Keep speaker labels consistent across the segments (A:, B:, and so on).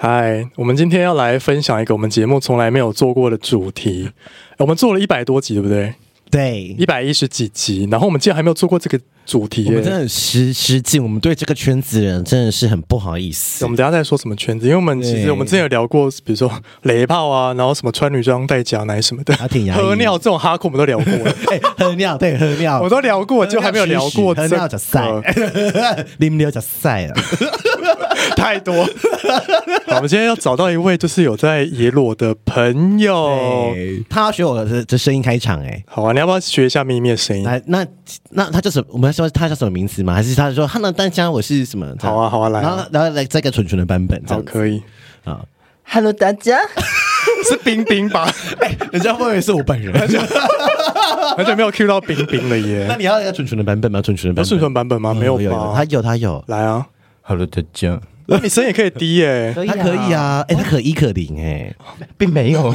A: 嗨，我们今天要来分享一个我们节目从来没有做过的主题。呃我们做了一百多集，对不对？
B: 对，
A: 一百一十几集，然后我们竟然还没有做过这个主题
B: 我
A: 耶。
B: 们真的很失失敬，我们对这个圈子的人真的是很不好意思
A: 我。们等一下再说什么圈子，因为我们其实
B: 对
A: 我们之前有聊过，比如说雷炮啊，然后什么穿女装戴假奶什 么的，
B: 还挺压抑
A: 喝尿这种哈酷我们都聊 过了，
B: 哎，喝尿，对，喝尿，
A: 我都聊过，就还没有聊过
B: 喝
A: 这
B: 尿就晒
A: 个，
B: 你们尿就晒了。
A: 太多。 好我们今天要找到一位就是有在野裸的朋友。
B: 对哎他要学我的这声音开场，哎，
A: 好啊，你要不要学一下咪咪的声音？
B: 来，那那他叫什么？我们要说他叫什么名字吗？还是他说他呢？大家我是什么？
A: 好啊好啊来啊
B: 然后然后来再一个纯纯的版本，这
A: 好，
B: 样子
A: 可以。
B: 啊。
C: Hello，大家，
A: 是冰冰吧？
B: 人家会以为是我 本人，
A: 很久没有 Q 到冰冰了
B: 那
A: 耶。
B: 你要那个纯纯的版本吗？纯纯的
A: 有
B: 版本，哦
A: 顺顺版本吗？没
B: 有有，
A: 吧
B: 他？有他有，
A: 来啊，
D: Hello，大家，
A: 那你声音也可以低 耶。
C: 可
B: 他可以，啊，哎，他可一可零，哎，
D: 并没有。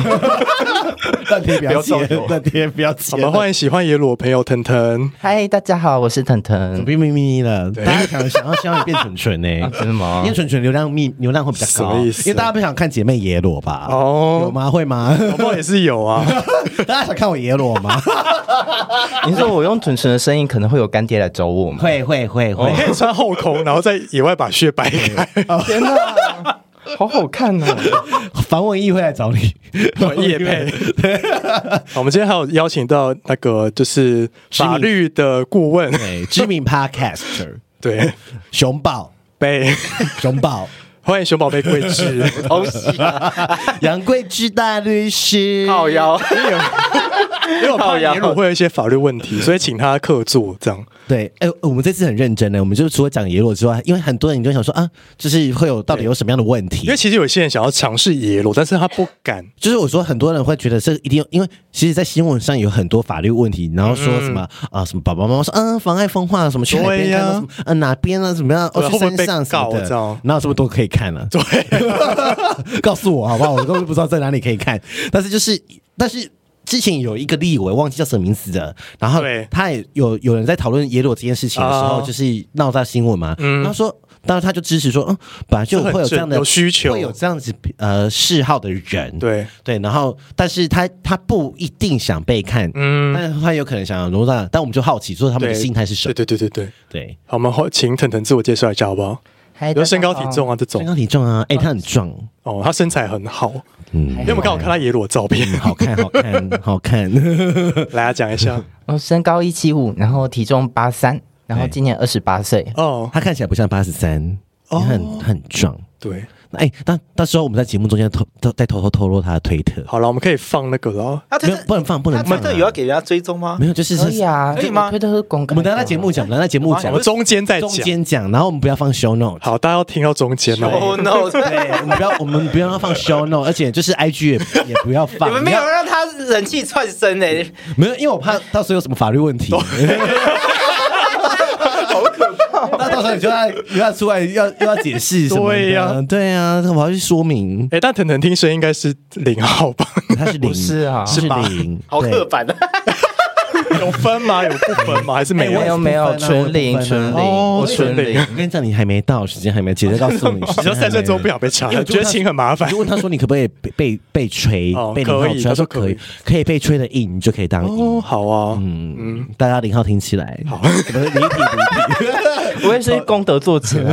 B: 乱贴标
A: 不要造
B: 签，
A: 谣
B: 乱贴标
A: 我
B: 签。
A: 们欢迎喜欢野裸朋友腾腾。
C: 嗨，大家好，我是腾
B: 准
C: 腾。
B: 备咪咪了，大家想想要希望你变蠢蠢呢、哎
D: 真的吗
B: 因为蠢蠢流量密流量会比较
A: 什
B: 高，啊
A: 么意思
B: 因为大家不想看姐妹野裸吧？
A: 哦
B: 有吗？会吗？
A: 我们也是有啊，
B: 大家想看我野裸吗？
C: 你说我用蠢蠢的声音，可能会有干爹来找我吗？
B: 会会会
A: 你可以穿后空，然后在野外把血掰开。
C: 天哪，好好看哦！
B: 防蚊液会来找你，
A: 防蚊液配好我们今天还有邀请到那个就是法律的顾问，
B: 对，知名 podcaster
A: 对，
B: 熊宝
A: 被
B: 熊 宝
A: 欢迎熊宝贝桂 枝。
B: 哦
C: 好喜
B: 杨贵枝大律师，
C: 好腰，
A: 因为我怕野裸会有一些法律问题，所以请他客座这样。
B: 对，哎、我们这次很认真呢，我们就是除了讲野裸之外，因为很多人就想说啊，就是会有到底有什么样的问题
A: 因为？其实有些人想要尝试野裸，但是他不敢。
B: 就是我说，很多人会觉得这一定有，因为其实，在新闻上有很多法律问题，然后说什么、啊，什么爸爸妈妈说，嗯，妨碍风化，什么去哪
A: 对
B: 边
A: 呀
B: 看到什么，嗯、哪边啊，怎么样，
A: 对
B: 哦，去
A: 会不会被
B: 山上什
A: 告
B: 么
A: 我知道
B: 的，那是不是都可以看了？ 对， 告诉我好不好？我根本不知道在哪里可以看，但是就是，但是。之前有一个立委忘记叫什么名字的，然后
A: 对
B: 他也有有人在讨论耶鲁这件事情的时候，
A: 哦
B: 就是闹大新闻嘛。他说，当然他就支持说，嗯，本来
A: 嗯
B: 就
A: 这很
B: 会有
A: 正
B: 这样的
A: 有需求
B: 会有这样子呃嗜好的人，
A: 对，
B: 对，然后但是他他不一定想被看，
A: 嗯，
B: 但他有可能想要融入到，但我们就好奇说他们的
A: 对
B: 心态是什么？
A: 对对对对对。
B: 对，
A: 好，我们后请腾腾自我介绍一下好不好？
C: 嗨
B: 哎
A: 比如身高体，重啊这
B: 身
A: 种
B: 高体重啊，哎，他很壮，
A: 哦，他身材很好，
B: 嗯，
A: 因为我们刚好看他野裸照片，
B: 好看，好看，好看，
A: 来啊讲一 下
C: 我哦身高一七五，然后体重八三，然后今年二十八岁。
A: 哦，
B: 他看起来不像八十三，他很他很壮。
A: 对，
B: 哎，那到时候我们在节目中间偷偷再偷偷透露他的推特，
A: 好了，我们可以放那个了哦，
E: 他
B: 没
E: 推
B: 有
E: 特
B: 不能放，不能放
E: 推
B: 啊，
E: 特有要给人家追踪吗？
B: 没有就是
C: 可以啊，
E: 可以吗
C: 我推特广告。
B: 我们等一下在节目讲，等一下在节目
A: 我
B: 讲，
A: 们中间再
B: 哎中
A: 讲，
B: 间讲，然后我们不要放 show note。
A: 好，大家要听到中间哦
E: 哦。no！
B: 对，啊我们不要，我们不要放 show note，而且就是 IG 也也不要放。
E: 你们没有让他忍气窜升哎、
B: 没有，因为我怕到时候有什么法律问题。 好可怕！那到时候你就要又要出来，又要又要解释什么的？
A: 对呀
B: 对呀，我要去说明
A: 哎，但腾腾听声应该是零号吧？
B: 他是零，
C: 不是啊
B: 他是零，
E: 好
B: 对
E: 刻板的。啊
A: 有分吗？有不分吗？还是没
C: 没
A: 有？
C: 有没有，
B: 不分啊
C: 纯
B: 我
C: 零
B: 不分
C: 纯
B: 啊
C: 零，
A: 哦
C: 我纯
A: 纯零
C: 零。
B: 我跟你讲，你还没到，时间还没，姐姐告诉 你，
A: 你说三岁之后不想被查，
B: 因为我就
A: 觉
B: 问
A: 得
B: 他
A: 请很麻烦
B: 我就。问他说你可不可以被被被吹
A: 哦，
B: 被零号
A: 可以
B: 吹？
A: 他说
B: 他说
A: 可
B: 可
A: 以
B: 以，可以被吹的硬，你就可以当
A: 哦，
B: 硬。
A: 好啊，
B: 嗯，大家零号听起来好，不是离题离题。
C: 我也是功德作者，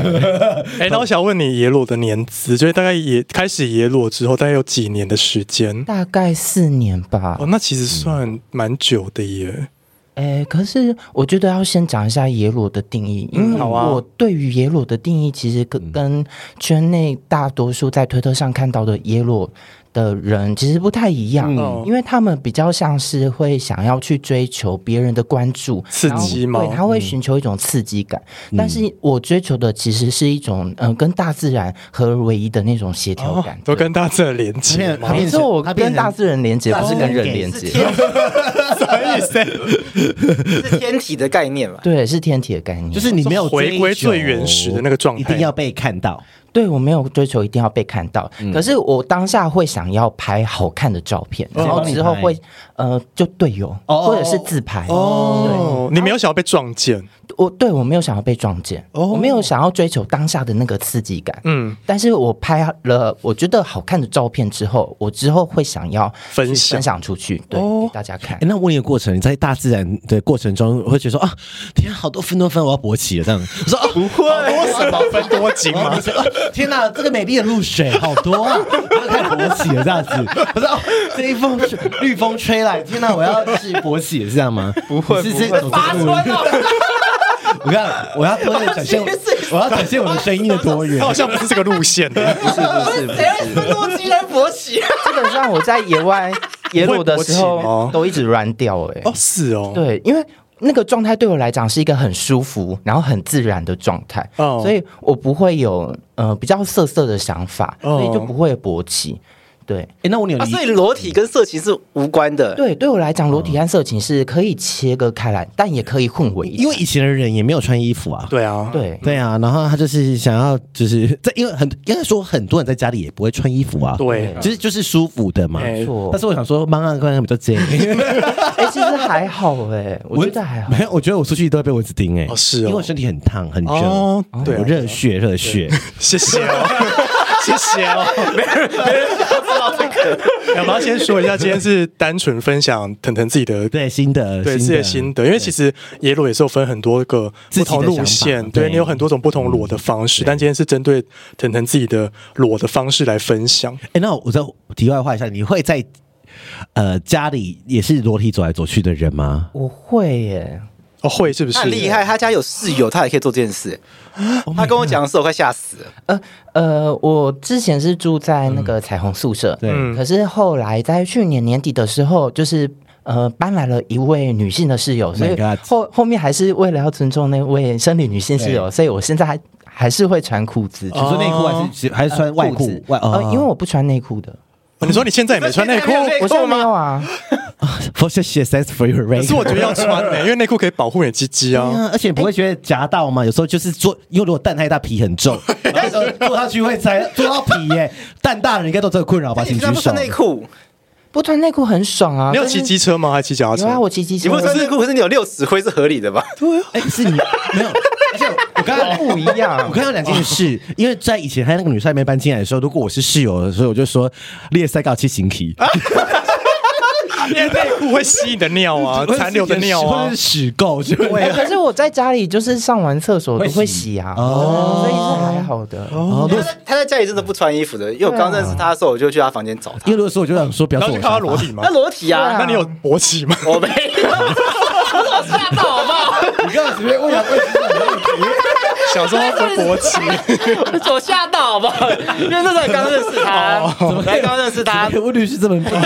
A: 哎，那我想问你，野裸的年资，就是大概也开始野裸之后，大概有几年的时间？
C: 大概四年吧
A: 哦，。那其实算蛮久的耶。
C: 哎，可是我觉得要先讲一下野裸的定义，因为
A: 好啊
C: 我对于野裸的定义，其实跟跟圈内大多数在推特上看到的野裸的人其实不太一样，
A: 嗯
C: 因为他们比较像是会想要去追求别人的关注，
A: 刺激吗
C: 然后对，他会寻求一种刺激感。但是我追求的其实是一种嗯、呃跟大自然合而为一的那种协调
A: 哦
C: 感，。
A: 都跟大自然连接
B: 他
A: 吗？
B: 变
C: 没
B: 成
C: 错，我
B: 他变
C: 跟
B: 成
C: 大自然连接，不是跟人连 接。
E: 是天体的概念嘛？
C: 对，是天体的概念。
B: 就是你没有
A: 回
B: 追
A: 归
B: 求
A: 最原始的那个状态
B: 一定要被看到。
C: 对我没有追求一定要被看到，
A: 嗯
C: 可是我当下会想要拍好看的照片，
A: 哦
C: 然后之后会呃就队友、
B: 哦
C: 或者是自拍。
A: 哦，你没有想要被撞见，
C: 对，我对我没有想要被撞见，我没有想要追求当下的那个刺激感。
A: 哦嗯，
C: 但是我拍了我觉得好看的照片之后，我之后会想要
A: 分
C: 去
A: 享哦
C: 分享出去，对、给大家看
B: 哎、。那问一个过程，你在大自然的过程中会觉得说啊，天啊，好多分多分，我要勃起了这样。我说啊，不会，
A: 什么分多金
B: 然后
A: 吗
B: 你？说、啊 天哪、这个美丽的露水好多啊，我要开始勃起了这样子。我说、哦，这一风吹绿风吹来，天哪、我要去勃起了是这样吗？不会，是这种
E: 发春哦，
B: 我看我要多远展现，我要展现我的声音的多 远
A: 他。好像不是这个路线的，
E: 不是谁会分多机人勃起啊？
C: 基本上我在 野外野裸的时
A: 不会勃起吗
C: 候都一直乱掉、欸，哎、
A: 哦，是哦，
C: 对，因为那个状态对我来讲是一个很舒服，然后很自然的状态，
A: 哦
C: 所以我不会有呃比较色色的想法，
A: 哦
C: 所以就不会勃起。对
B: 哎、那我有
E: 啊
B: 理
E: 所以裸体跟色情是无关的。
C: 对，对我来讲，裸体和色情是可以切割开来，但也可以混为一谈。
B: 因为以前的人也没有穿衣服啊。
A: 对啊，
C: 对
B: 对啊，然后他就是想要，就是 在因为很应该说很多人在家里也不会穿衣服啊，
A: 对
B: 就是就是舒服的嘛。
A: 哎
C: 错
B: 但是我想说，妈妈可能比较尖，
C: 哎、其实还好哎、我觉得还好
B: 没。有，我觉得我出去都会被蚊子叮哎、
A: 哦是哦
B: 因为我身体很烫很热，
A: 哦对啊
B: 有热血热血。
A: 谢谢哦，谢谢哦。没人没人知道这个。我们要先说一下，今天是单纯分享腾腾自己的
B: 对，新的
A: 对自己的心得，因为其实野裸也是有分很多个不同路
B: 自己的想
A: 线
B: 法，
A: 对
B: 对
A: 你有很多种不同裸的方式，但今天是针对腾腾自己的裸的方式来分享。
B: 哎、那我再题外话一下，你会在呃家里也是裸体走来走去的人吗？
C: 我会耶、
A: 哦，会是不
E: 他
A: 是？
E: 很厉害，他家有室友，他也可以做这件事。他跟我讲的时候，我快吓死了。
C: 呃呃，我之前是住在那个彩虹宿舍，
B: 对
A: 嗯
C: 可是后来在去年年底的时候，就是呃搬来了一位女性的室友，所以
B: God
C: 后后面还是为了要尊重那位生理女性室友，所以我现在还还是会穿裤子，
B: 你说内裤还是、还是穿哦外裤、
C: 子
B: 外哦
C: 呃，因为我不穿内裤的，
A: 哦你说你现在也没穿内 裤
E: 你说现在没有内，
C: 我现在没有啊，
B: For s h i t thanks for your
A: 可
B: rain。
A: 是我 觉得要穿的，因为内裤可以保护你的鸡鸡
B: 对
A: 啊。
B: 啊，而且你不会觉得夹到吗？有时候就是做，因为如果蛋太大，皮很 重，然后坐下去会塞坐到皮耶、蛋大人应该都有这个困扰吧？请
E: 哎你
B: 举
E: 知
A: 哎
E: 道不
B: 手
E: 穿。内裤，
C: 不穿内裤很爽啊。
A: 你有
C: 但是
A: 骑机车吗？还是骑脚踏
C: 有啊，
A: 车？
C: 我骑机
E: 你
C: 车
E: 不。穿内裤，可是你有六尺灰是合理的吧？
B: 哎、是你没有，而且我刚刚
C: 不一
B: 我
C: 样，
B: 看到两件事，因为在以前还有那个女生还没搬进来的时候，如果我是室友的时候，我就说列塞告七行体，
A: 啊因为内裤会吸你的尿啊，残留的尿
B: 或
A: 啊
B: 者是。屎垢，就会
C: 哎可是我在家里就是上完厕所都
B: 会
C: 会
B: 洗
C: 洗啊，
B: 哦
C: 所以是还好的。
B: 哦，如
E: 他
B: 果
E: 在他在家里真的不穿衣服的，因为我刚认识他的时候，我就去他房间找他
B: 因为。如果说我就想说不要
A: 然
B: 说
A: 后
B: 我
A: 就看到
B: 沙
A: 裸
B: 发，
A: 体吗
E: 那？裸体啊，
A: 那你有勃起吗？
E: 我没有，我吓到好不好？
B: 你刚刚随便问
A: 啊
B: 两问，
A: 小时候会勃起，
E: 我吓到好不好？因为那时候你刚认识
B: 哦
E: 他，我才刚认识他，
B: 我律师 这么棒。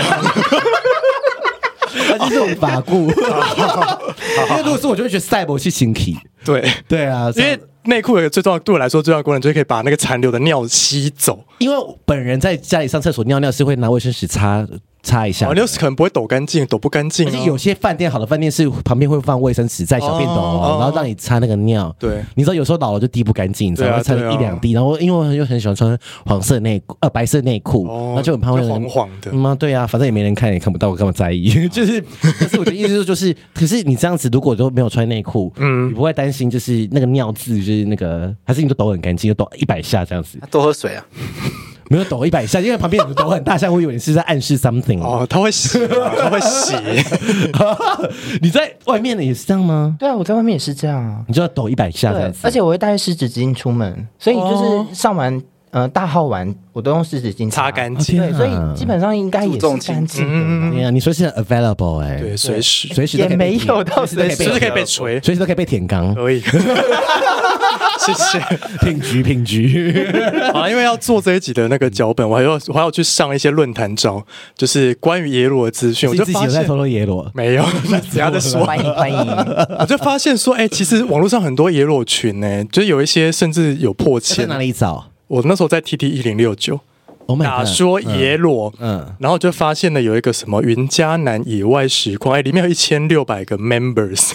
B: 他就是我们法顾，因为如果是我就会觉得赛博去行体，
A: 对，
B: 对啊，
A: 因为内裤有一个最重要，对我来说最重要的功能就是可以把那个残留的尿吸走。
B: 因为我本人在家里上厕所尿尿是会拿卫生纸擦擦一下
A: 哦，
B: 的，
A: 你有可能不会抖干净，抖不干净
B: 而
A: 啊、
B: 且有些饭店好的饭店是旁边会放卫生纸在小便斗、
A: 哦
B: 哦，然后让你擦那个尿。
A: 对
B: 你知道有时候老了就滴不干净，你知道
A: 对啊
B: 吗？擦
A: 对啊
B: 一两滴。然后因为我又很喜欢穿黄色内裤，呃，白色内裤，
A: 哦
B: 那就很怕会有人
A: 就黄黄的
B: 嗯啊，对啊，反正也没人看，也看不到，我干嘛在意？ 就是，可是我的意思就是就是，可是你这样子如果都没有穿内裤，嗯，你不会担心就是那个尿渍就是那个，还是你都抖很干净，就抖一百下这样子，
E: 多喝水啊。
B: 没有抖一百下，因为旁边有人抖很大下，我以为你是在暗示 something。
A: 哦，它会洗、啊，它会洗。
B: 你在外面的也是这样吗？
C: 对啊，我在外面也是这样啊。
B: 你就要抖一百下这样
C: 对
B: 子，，
C: 而且我会带湿纸巾出门，所以
A: 哦
C: 就是上完、呃大号完，我都用湿纸巾
A: 擦干嗯净
B: 啊
C: 对，所以基本上应该也
E: 注重
C: 是干净的
A: 嗯
C: 嘛。
B: 对啊，你随时很 available 哎、
A: 对，随时
B: 随时都
C: 嗯也
B: 可以被
C: 没有到
B: 随时都可以被
A: 随时可以被捶，
B: 随时都可以被舔肛。
A: 可以。 谢谢。
B: 品局品局，
A: 啊，因为要做这一集的那个脚本，我还要我还要去上一些论坛找，就是关于耶鲁的资 讯，我
B: 你
A: 就
B: 自己
A: 发
B: 有在
A: 现
B: 偷偷耶罗，
A: 没有， 那等下再说。
C: 欢迎 欢迎，
A: 我就发现说，哎、其实网络上很多耶鲁群呢、就是有一些甚至有破
B: 在
A: 千。
B: 哪里找
A: 我那时候在 TT 一零六九
B: ？Oh my
A: 打
B: god！
A: 说耶鲁，
B: 嗯，
A: 然后就发现了有一个什么云嘉南以外实况，哎、里面有一千六百个 members，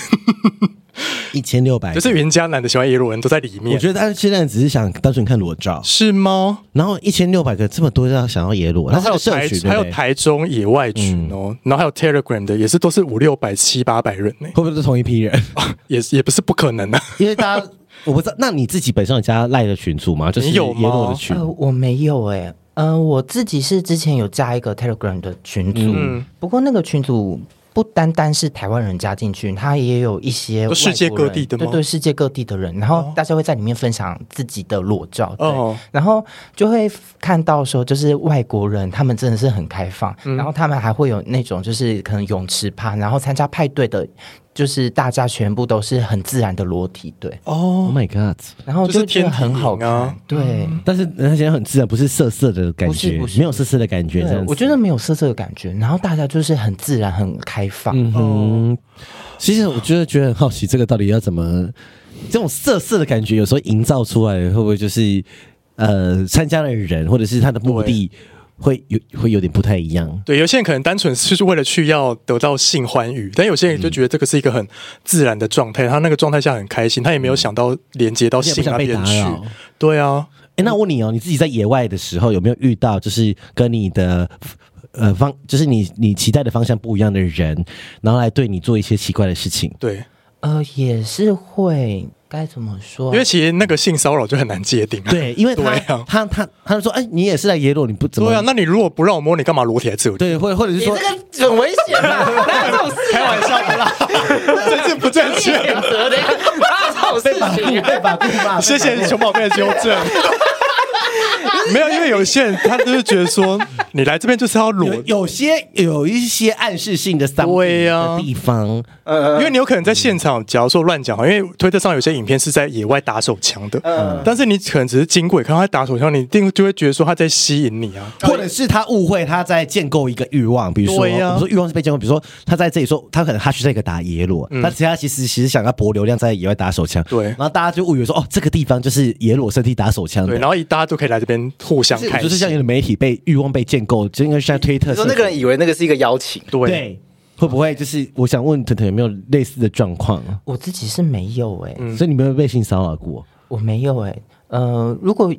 B: 一千六 百，
A: 就是云嘉南的喜欢耶鲁人都在里
B: 哎我
A: 面，
B: 觉得他现在只是想单纯看裸照，
A: 是吗？
B: 然后一千六百个这么多要想要耶罗，然
A: 然后
B: 后
A: 还有
B: 社
A: 台
B: 群，嗯
A: 还有
B: 对不对
A: 台中野外群哦，然后还有 Telegram 的，也是都是五六百、七八百人呢、
B: 会不会是同一 批人？
A: 也也不是不可能啊。
B: 因为大家我不知道，那你自己本身有加赖的群组吗？就是
A: 你有吗
B: 耶罗的群
C: 呃，我没有哎、呃，我自己是之前有加一个 Telegram 的群组，
A: 嗯
C: 不过那个群组不单单是台湾人加进去，他也有一些
A: 都世界
C: 外国人
A: 各地的吗
C: 对对，世界各地的人，然后大家会在里面分享自己的裸照，对，
A: 哦
C: 然后就会看到说，就是外国人他们真的是很开放，
A: 嗯
C: 然后他们还会有那种就是可能泳池趴，然后参加派对的。就是大家全部都是很自然的裸体，对，
B: ？Oh
A: 哦，
B: my god！
C: 然后
A: 就是
C: 就觉得
A: 天体
C: 很好
A: 营
C: 看，
A: 啊
C: 对，
B: 但是那些很自然，不是涩涩的感
C: 不是
B: 觉，
C: 不是
B: 没有涩涩的感觉。这样
C: 对，
B: 子
C: 我觉得没有色色的感觉，然后大家就是很自然、很开放。
B: 嗯哼，其实我觉得觉得很好奇，这个到底要怎么这种涩涩的感觉，有时候营造出来会不会就是呃参加的人或者是他的目的会有会有点不太一样？
A: 对，有些人可能单纯是为了去要得到性欢愉，但有些人就觉得这个是一个很自然的状态，他那个状态下很开心，他也没有想到连接到
B: 而且不
A: 性
B: 想
A: 那
B: 被打
A: 边去
B: 扰。。
A: 对啊，
B: 哎、那我问你哦，你自己在野外的时候有没有遇到就是跟你的呃方，就是你你期待的方向不一样的人，然后来对你做一些奇怪的 事情？
A: 对，
C: 呃，也是会该怎么说啊？
A: 因为其实那个性骚扰就很难界定啊。
B: 对，因为他、
A: 对啊
B: 他他他就说，哎、你也是来野裸，你不怎么
A: 对啊，那你如果不让我摸，你干嘛裸体在这里？
B: 对，或或者是
E: 你
B: 说
E: 这个很危 险啊！哪有这种事
A: 开玩笑的 啦，这是不正
E: 情
A: 确。
E: 谴责的呀？哪有这种事情啊？
B: 吧，对吧？
A: 谢谢熊宝贝的纠正。没有，因为有些人他就是觉得说， 你来这边就是要裸
B: 有有些有一些暗示性的 something
A: 对啊
B: 的地方，
A: 因为你有可能在现场，假如说乱讲，因为推特上有些影片是在野外打手枪的，
B: 嗯
A: 但是你可能只是经过，看到他打手枪，你一定就会觉得说他在吸引你啊。
B: 或者是他误会他在建构一个欲望，比如说，
A: 对呀
B: 我们说欲望是被建构，比如说他在这里说他可能他去这个打野裸，他其实他其实其实想要博流量，在野外打手枪，
A: 对
B: 然后大家就误以为说哦，这个地方就是野裸身体打手枪的
A: 对，，然后一大家都可以来这边互相
B: 嗯就是
A: 看，
B: 就是像有的媒体被欲望被建构，就应该是像推特
E: 你
B: 是
E: 说那个人以为那个是一个邀请，
A: 对，
B: 对。会不会就是我想问腾腾有没有类似的状况？
C: 我自己是没有哎、
B: 所以你们有没有被性骚扰过？
C: 我没有哎、呃，如果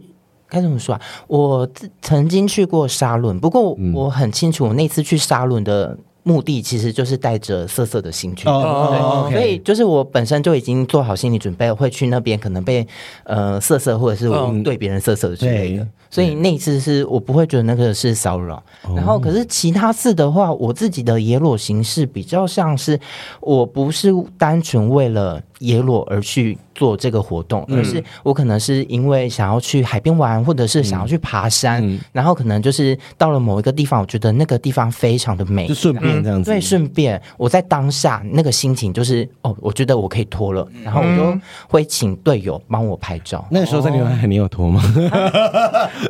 C: 该怎么说啊？我自曾经去过沙伦，不过我很清楚，我那次去沙伦的目的其实就是带着色色的兴趣。
B: 哦
C: 所以就是我本身就已经做好心理准备，会去那边可能被呃色色，或者是我对别人色色之类的
B: 对。
C: 所以那一次是我不会觉得那个是骚扰。然后可是其他次的话，我自己的野裸形式比较像是我不是单纯为了野裸而去做这个活动，而是我可能是因为想要去海边玩，或者是想要去爬山，然后可能就是到了某一个地方，我觉得那个地方非常的美，
B: 就顺便这样子，
C: 对，顺便我在当下那个心情就是，哦，我觉得我可以脱了，
B: 嗯
C: 然后我就会请队友帮我拍照。
B: 那个时候在牛奶海你有脱吗、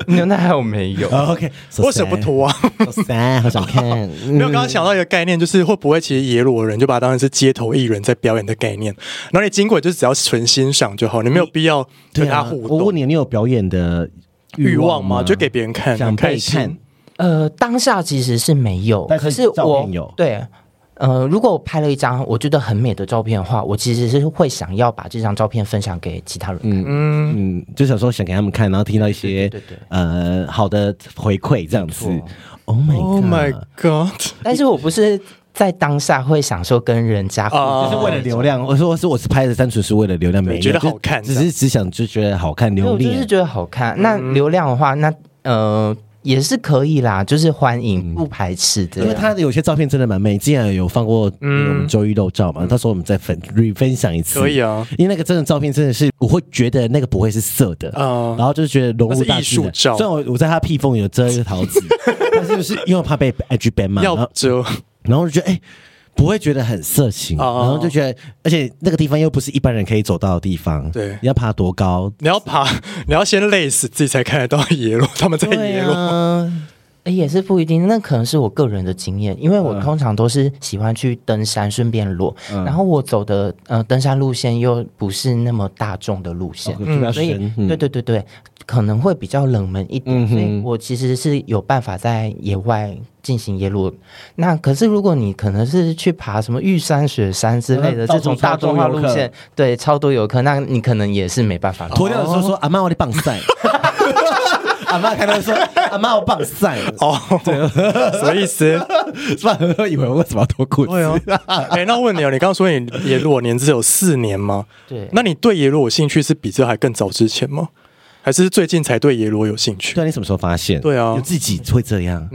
D: 牛奶还有没有？
A: 呃
B: o k
A: 为哦什么不脱啊？
B: 三，好想看。
A: 没有，刚刚想到一个概念，就是会不会其实野裸人就把它当成是街头艺人在表演的概念，然后你经过就只要纯欣赏就好，你没有必要跟
B: 对
A: 他
B: 啊，
A: 互
B: 我问
A: 动。
B: 你，你有表演的
A: 欲
B: 望
A: 望吗？就给别人看，
B: 想
A: 很
B: 被
A: 开心
B: 看。
C: 呃，当下其实是没有，
B: 但是
C: 可是
B: 照
C: 我
B: 片有
C: 对。呃，如果我拍了一张我觉得很美的照片的话，我其实是会想要把这张照片分享给其他人看。
A: 嗯，
B: 嗯，就想说想给他们看，然后听到一些
C: 对对对
B: 呃好的回馈这样子
C: 没错。
B: Oh my god！
A: Oh my god！
C: 但是我不是在当下会享受跟人家互动，
B: 就是为
A: 啊
B: 了流量，我说是我是拍的，单纯是为了流量，没有
A: 觉得好看
B: 就只是只想就觉得好看，
C: 因为
B: 留
C: 我就是
B: 恋。
C: 觉得好看。那流量的话，那呃也是可以啦，就是欢迎不排斥的。
B: 因为他的有些照片真的蛮美，之前有放过我们周一肉照嘛，到时候我们再分 re 分享一次。
A: 嗯可以啊，
B: 因为那个真的照片真的是，我会觉得那个不会是色的，
A: 嗯
B: 然后就是觉得融入大自然
A: 那是艺术照
B: 虽然我我在他屁 缝有遮一个桃子，但是就是因为我怕被 IG ban 嘛，然
A: 要
B: 后
A: 遮。
B: 然后我就觉得哎。不会觉得很色情，
A: 哦
B: 然后就觉得，而且那个地方又不是一般人可以走到的地方，
A: 对
B: 你要爬多高？
A: 你要爬，你要先累死自己才看得到野路，他们在
B: 对
A: 野路。
B: 啊，
C: 诶也是不一定，那可能是我个人的经验，因为我
B: 嗯
C: 通常都是喜欢去登山顺便裸，然后我走的呃登山路线又不是那么大众的路线，
B: 嗯
C: 所以
B: 嗯
C: 对对对对，可能会比较冷门一点，
B: 嗯哼
C: 所以我其实是有办法在野外进行野裸。那可是如果你可能是去爬什么玉山、雪山之类的
B: 嗯到
C: 这
B: 处
C: 种大众化路线，对，超多游客，那你可能也是没办法。
B: 脱掉的时
A: 哦
B: 候说：“阿妈，我的棒晒。” 阿妈看到说：“阿妈，我棒晒。”
A: 哦， 什么意思？
B: 是吧？以为我为什么要脱裤子？
A: 对啊， 哎、那我问你哦，你刚刚说你野路年资有四年吗？
C: 对
A: 那你对野路有兴趣是比这还更早之前吗？还是最近才对野路有兴趣？
B: 对啊，你什么时候发现？
A: 对啊嗯
B: 有自己会这样。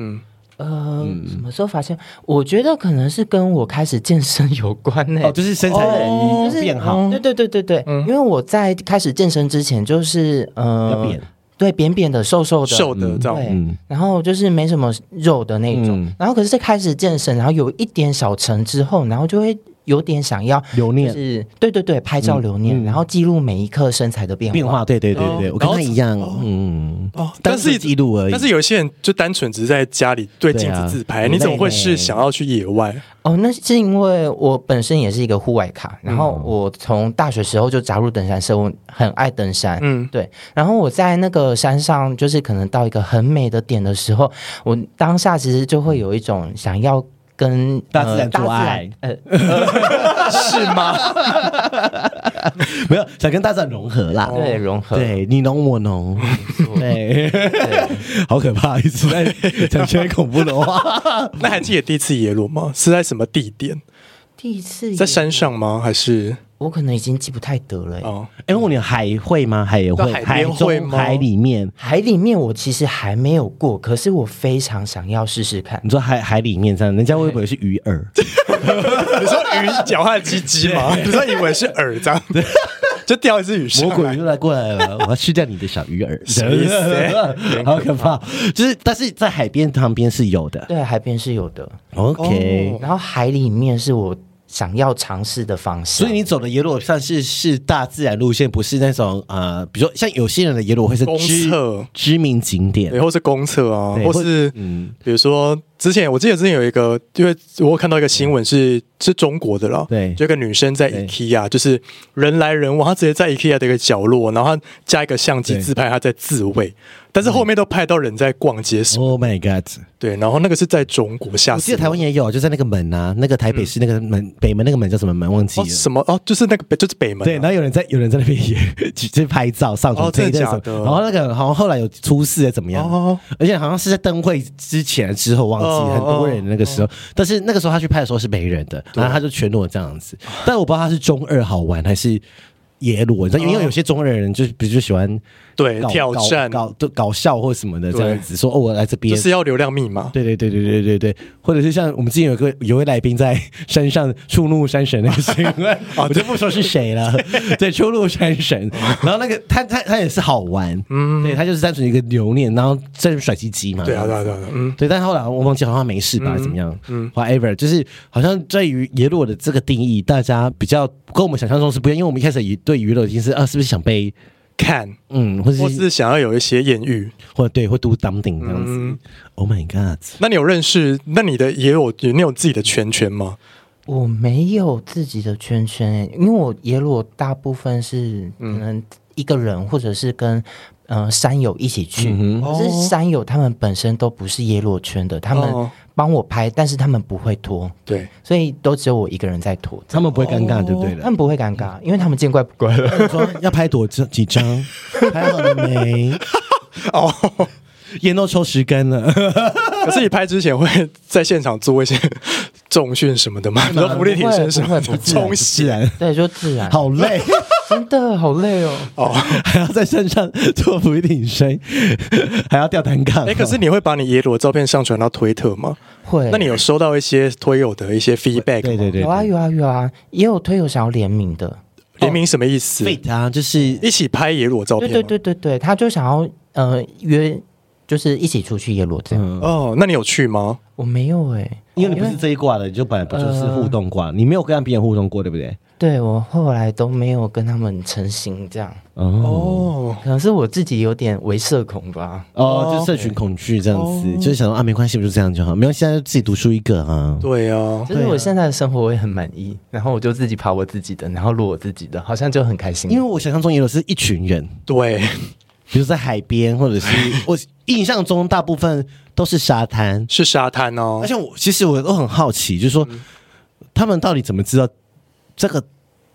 C: 呃，
B: 嗯
C: 什么时候发现？我觉得可能是跟我开始健身有关呢、
B: 哦，就是身材
C: 就
B: 容易
C: 是嗯
B: 变好，嗯
C: 对对对对对，因为我在开始健身之前，就是
B: 要
C: 呃
B: 扁，
C: 对扁扁的、瘦瘦的、
A: 瘦的这样，
C: 对，
B: 啊嗯
C: 然后就是没什么肉的那种。
B: 嗯
C: 然后可是开始健身，然后有一点小成之后，然后就会有点想要
B: 留念嗯
C: 就是对对对，拍照留念，然后记录每一刻身材的变化。
B: 变化，对对对对，
A: 哦
B: 我跟
A: 然
B: 他
A: 后
B: 一样，嗯，
A: 哦，
B: 但
A: 但
B: 是
A: 是
B: 记录而已。
A: 但是有一些人就单纯只是在家里对镜
B: 对啊
A: 子自拍，你怎么会
B: 很累
A: 是
B: 呢
A: 想要去野外？
C: 哦，那是因为我本身也是一个户外咖，然
B: 嗯
C: 后我从大学时候就加入登山社，我很爱登山，
A: 嗯
C: 嗯，对。然后我在那个山上，就是可能到一个很美的点的时候，我当下其实就会有一种想要跟
B: 大自然
C: 呃大
B: 做
C: 自
B: 爱
C: 然，呃，
B: 没有想跟大自然融合
A: 哦
B: 啦。
C: 对，融合，
B: 对你浓我浓，对， 好可怕，一直在讲些恐怖的话。
A: 那还记得第一次野路吗？是在什么地点？
C: 第一次
A: 在，山上吗？还是
C: 我可能已经记不太得了、欸
A: 哦？
B: 哎，我你海会吗？海也会，
A: 在海边
B: 中
A: 会吗
B: 海里面，
C: 海里面我其实还没有过，可是我非常想要试试看
B: 你。说海海里面这样，人家会不会是鱼饵？
A: 你说鱼脚和鸡鸡吗？ 你说以为是饵这样， 就掉一只鱼上
B: 魔鬼
A: 来
B: 又来过来了， 我要吃掉你的小鱼饵，
A: 什么意思
B: 好可怕！就是，但是在海边旁边是有的。
C: 对，海边是有的，
A: 哦
B: OK，
C: 然后海里面是我想要尝试的方式。
B: 所以你走的野裸算是是大自然路线，不是那种呃，比如说像有些人的野裸会是
A: 公
B: 知
A: 厕
B: 知名景点
A: 对，，或是公厕啊，
B: 对
A: 或
B: 或
A: 是
B: 嗯
A: 比如说之前我记得之前有一个，因为我有看到一个新闻是是中国的啦，
B: 对
A: 就一个女生在
B: 对
A: IKEA，就是人来人往，她直接在 IKEA 的一个角落，然后她加一个相机
B: 对
A: 自拍，她在自慰，但是后面都拍到人在逛街什么，
B: Oh my god！
A: 对，然后那个是在中国，吓
B: 我记
A: 死
B: 得台湾也有，就在那个门啊，那个台北市那个门、北门那个门叫什么门忘记
A: 哦
B: 了。
A: 什么哦，就是那个北就是北门啊、
B: 对，然后有人在有人在那边也 去拍照上传
A: 哦
B: 这一
A: 真
B: 段
A: 的
B: 什么
A: 假的
B: 然后那个好像后来有出事还怎么样？
A: 哦
B: 而且好像是在灯会之前之后忘记、
A: 哦
B: 很多人那个时候，但是那个时候他去拍的时候是没人的，然后他就全裸这样子。但我不知道他是中二好玩还是野裸，你知道，因为有些中二的人就是比如就喜欢
A: 啊对
B: 搞
A: 挑战
B: 搞搞都搞笑或什么的这样子，说哦我来这边
A: 就是要流量密码。
B: 对对对对对对对，或者是像我们之前有一个有位来宾在触怒触怒山神那个新 闻，我就不说是谁 了。对，触怒山神，然后那个他他他也是好玩，哦嗯，对他就是单纯一个留念，然后在那甩鸡鸡嘛。
A: 对啊，对啊，对啊，对啊嗯，
B: 对，但后来我忘记好像没事吧，还是怎么样？嗯，whatever，就是好像对于耶鲁的这个定义，大家比较跟我们想象中是不一样，因为我们一开始以对娱乐已经是啊，是不是想被
A: 看，
B: 嗯，
A: 或
B: 或者是
A: 是想要有一些艳遇。
B: 或者对或 do something 这样子。Oh my god！
A: 那你有认识？那你的也有，你有自己的圈圈吗？
C: 我没有自己的圈圈、欸，因为我野裸大部分是可
A: 嗯
C: 能一个人，或者是跟呃山友一起去。
A: 嗯
C: 可是山友他们本身都不是野裸圈的，他
A: 哦
C: 们帮我拍，但是他们不会脱，
A: 对，
C: 所以都只有我一个人在脱。
B: 他们不会尴尬，对不对？
C: 他们不会尴尬，
A: 嗯
C: 因为他们见怪不怪 了。
B: 说要拍多这几 张，拍好了没？
A: 哦，
B: 烟都抽十根了，
A: 可是你拍之前会在现场做一些重训什么的吗？比如说浮力挺身什么
C: 不
A: 的，
C: 会不会
A: 冲
B: 自
A: 洗。
B: 然
C: 对，就自然，
B: 啊好 累，
C: 真的好累哦。
B: 还要在身上做俯挺身，还要吊单杠。
A: 哎，可是你会把你野裸的照片上传到推特吗？
C: 会，
A: 那你有收到一些推友的一些 feedback 吗？
B: 对对对，
C: 有啊有啊有啊，也有推友想要联名的。
A: 联名什么意思？
B: fit 啊，就是
A: 一起拍野裸照
C: 对
A: 片？
C: 对。对对对，他就想要呃约，就是一起出去耶罗这样。
A: 哦，那你有去吗？
C: 我没有哎、
B: 因为你不是这一挂的，你就本来不就是互动挂，你没有跟别人互动过，对不对？
C: 对我后来都没有跟他们成型，这样
B: 哦
A: 哦，
C: 可能是我自己有点为社恐吧。
B: 哦，就社群恐惧这样子，就是想说啊，没关系，我就这样就好，没关系，现在就自己独树一格啊。
A: 对啊，
C: 就是我现在的生活我也很满意，然后我就自己跑我自己的，然后录我自己的，好像就很开心。
B: 因为我想象中也有是一群人，
A: 对，
B: 比如在海边，或者 是我印象中大部分都是沙滩，
A: 是沙滩哦
B: 而，且我其实我都很好奇，就是
A: 嗯
B: 说、他们到底怎么知道这个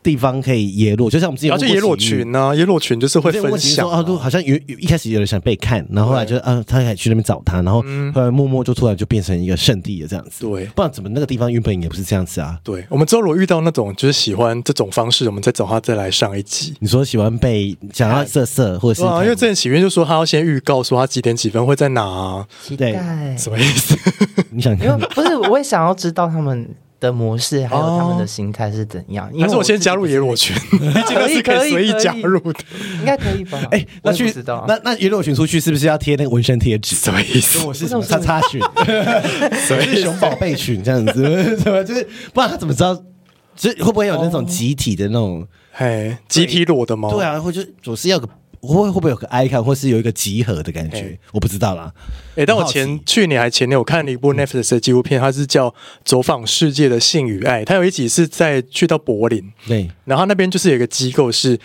B: 地方可以耶落？就像我们之前
A: 而
B: 问
A: 且
B: 过
A: 野裸
B: 喜玉
A: 群呢，野裸群就是会
B: 我之前问
A: 分
B: 喜玉说
A: 享
B: 啊，都
A: 啊，
B: 好像有有一开始有人想被看，然后后来就啊，他还去那边找他，然后后来默默就突然就变成一个圣地了这样子。
A: 嗯对
B: 不然怎么那个地方原本也不是这样子啊？
A: 对，我们之后如果遇到那种就是喜欢这种方式，我们再找他再来上一集。
B: 你说喜欢被想要色色，或者
A: 哎对
B: 是
A: 啊，因为之前喜悦就说他要先预告说他几点几分会在哪、啊，
C: 期
B: 对
C: 待，
A: 什么意思？
B: 你想
C: 因
B: 看
C: 为 不是我也想要知道他们的模式，还有他
B: 哦
C: 们的心态是怎样。因
A: 还
C: 为
A: 是我先加入野裸群？ 毕竟那是可以随意加入的，
C: 应该可以吧？
B: 哎，那
C: 我也
B: 去
C: 不知道
B: 那那娱乐群出去是不是要贴那个纹身贴纸？
A: 什么意思？
B: 我是什么叉叉群， 是熊宝贝群这样子， 什么就是不然他怎么知道？就是会不会有那
C: 哦
B: 种集体的那种？
A: 哎，集体裸的吗？
B: 对，啊，或者总是要有个会会不会有个 icon，或是有一个集合的感觉
A: 哎？
B: 我不知道啦。
A: 哎，但我
B: 很好奇
A: 前去年还前年，我看了一部 Netflix 的纪录片，它是叫《走访世界的性与爱》，它有一集是在去到柏林，
B: 对，
A: 然后那边就是有一个机构是。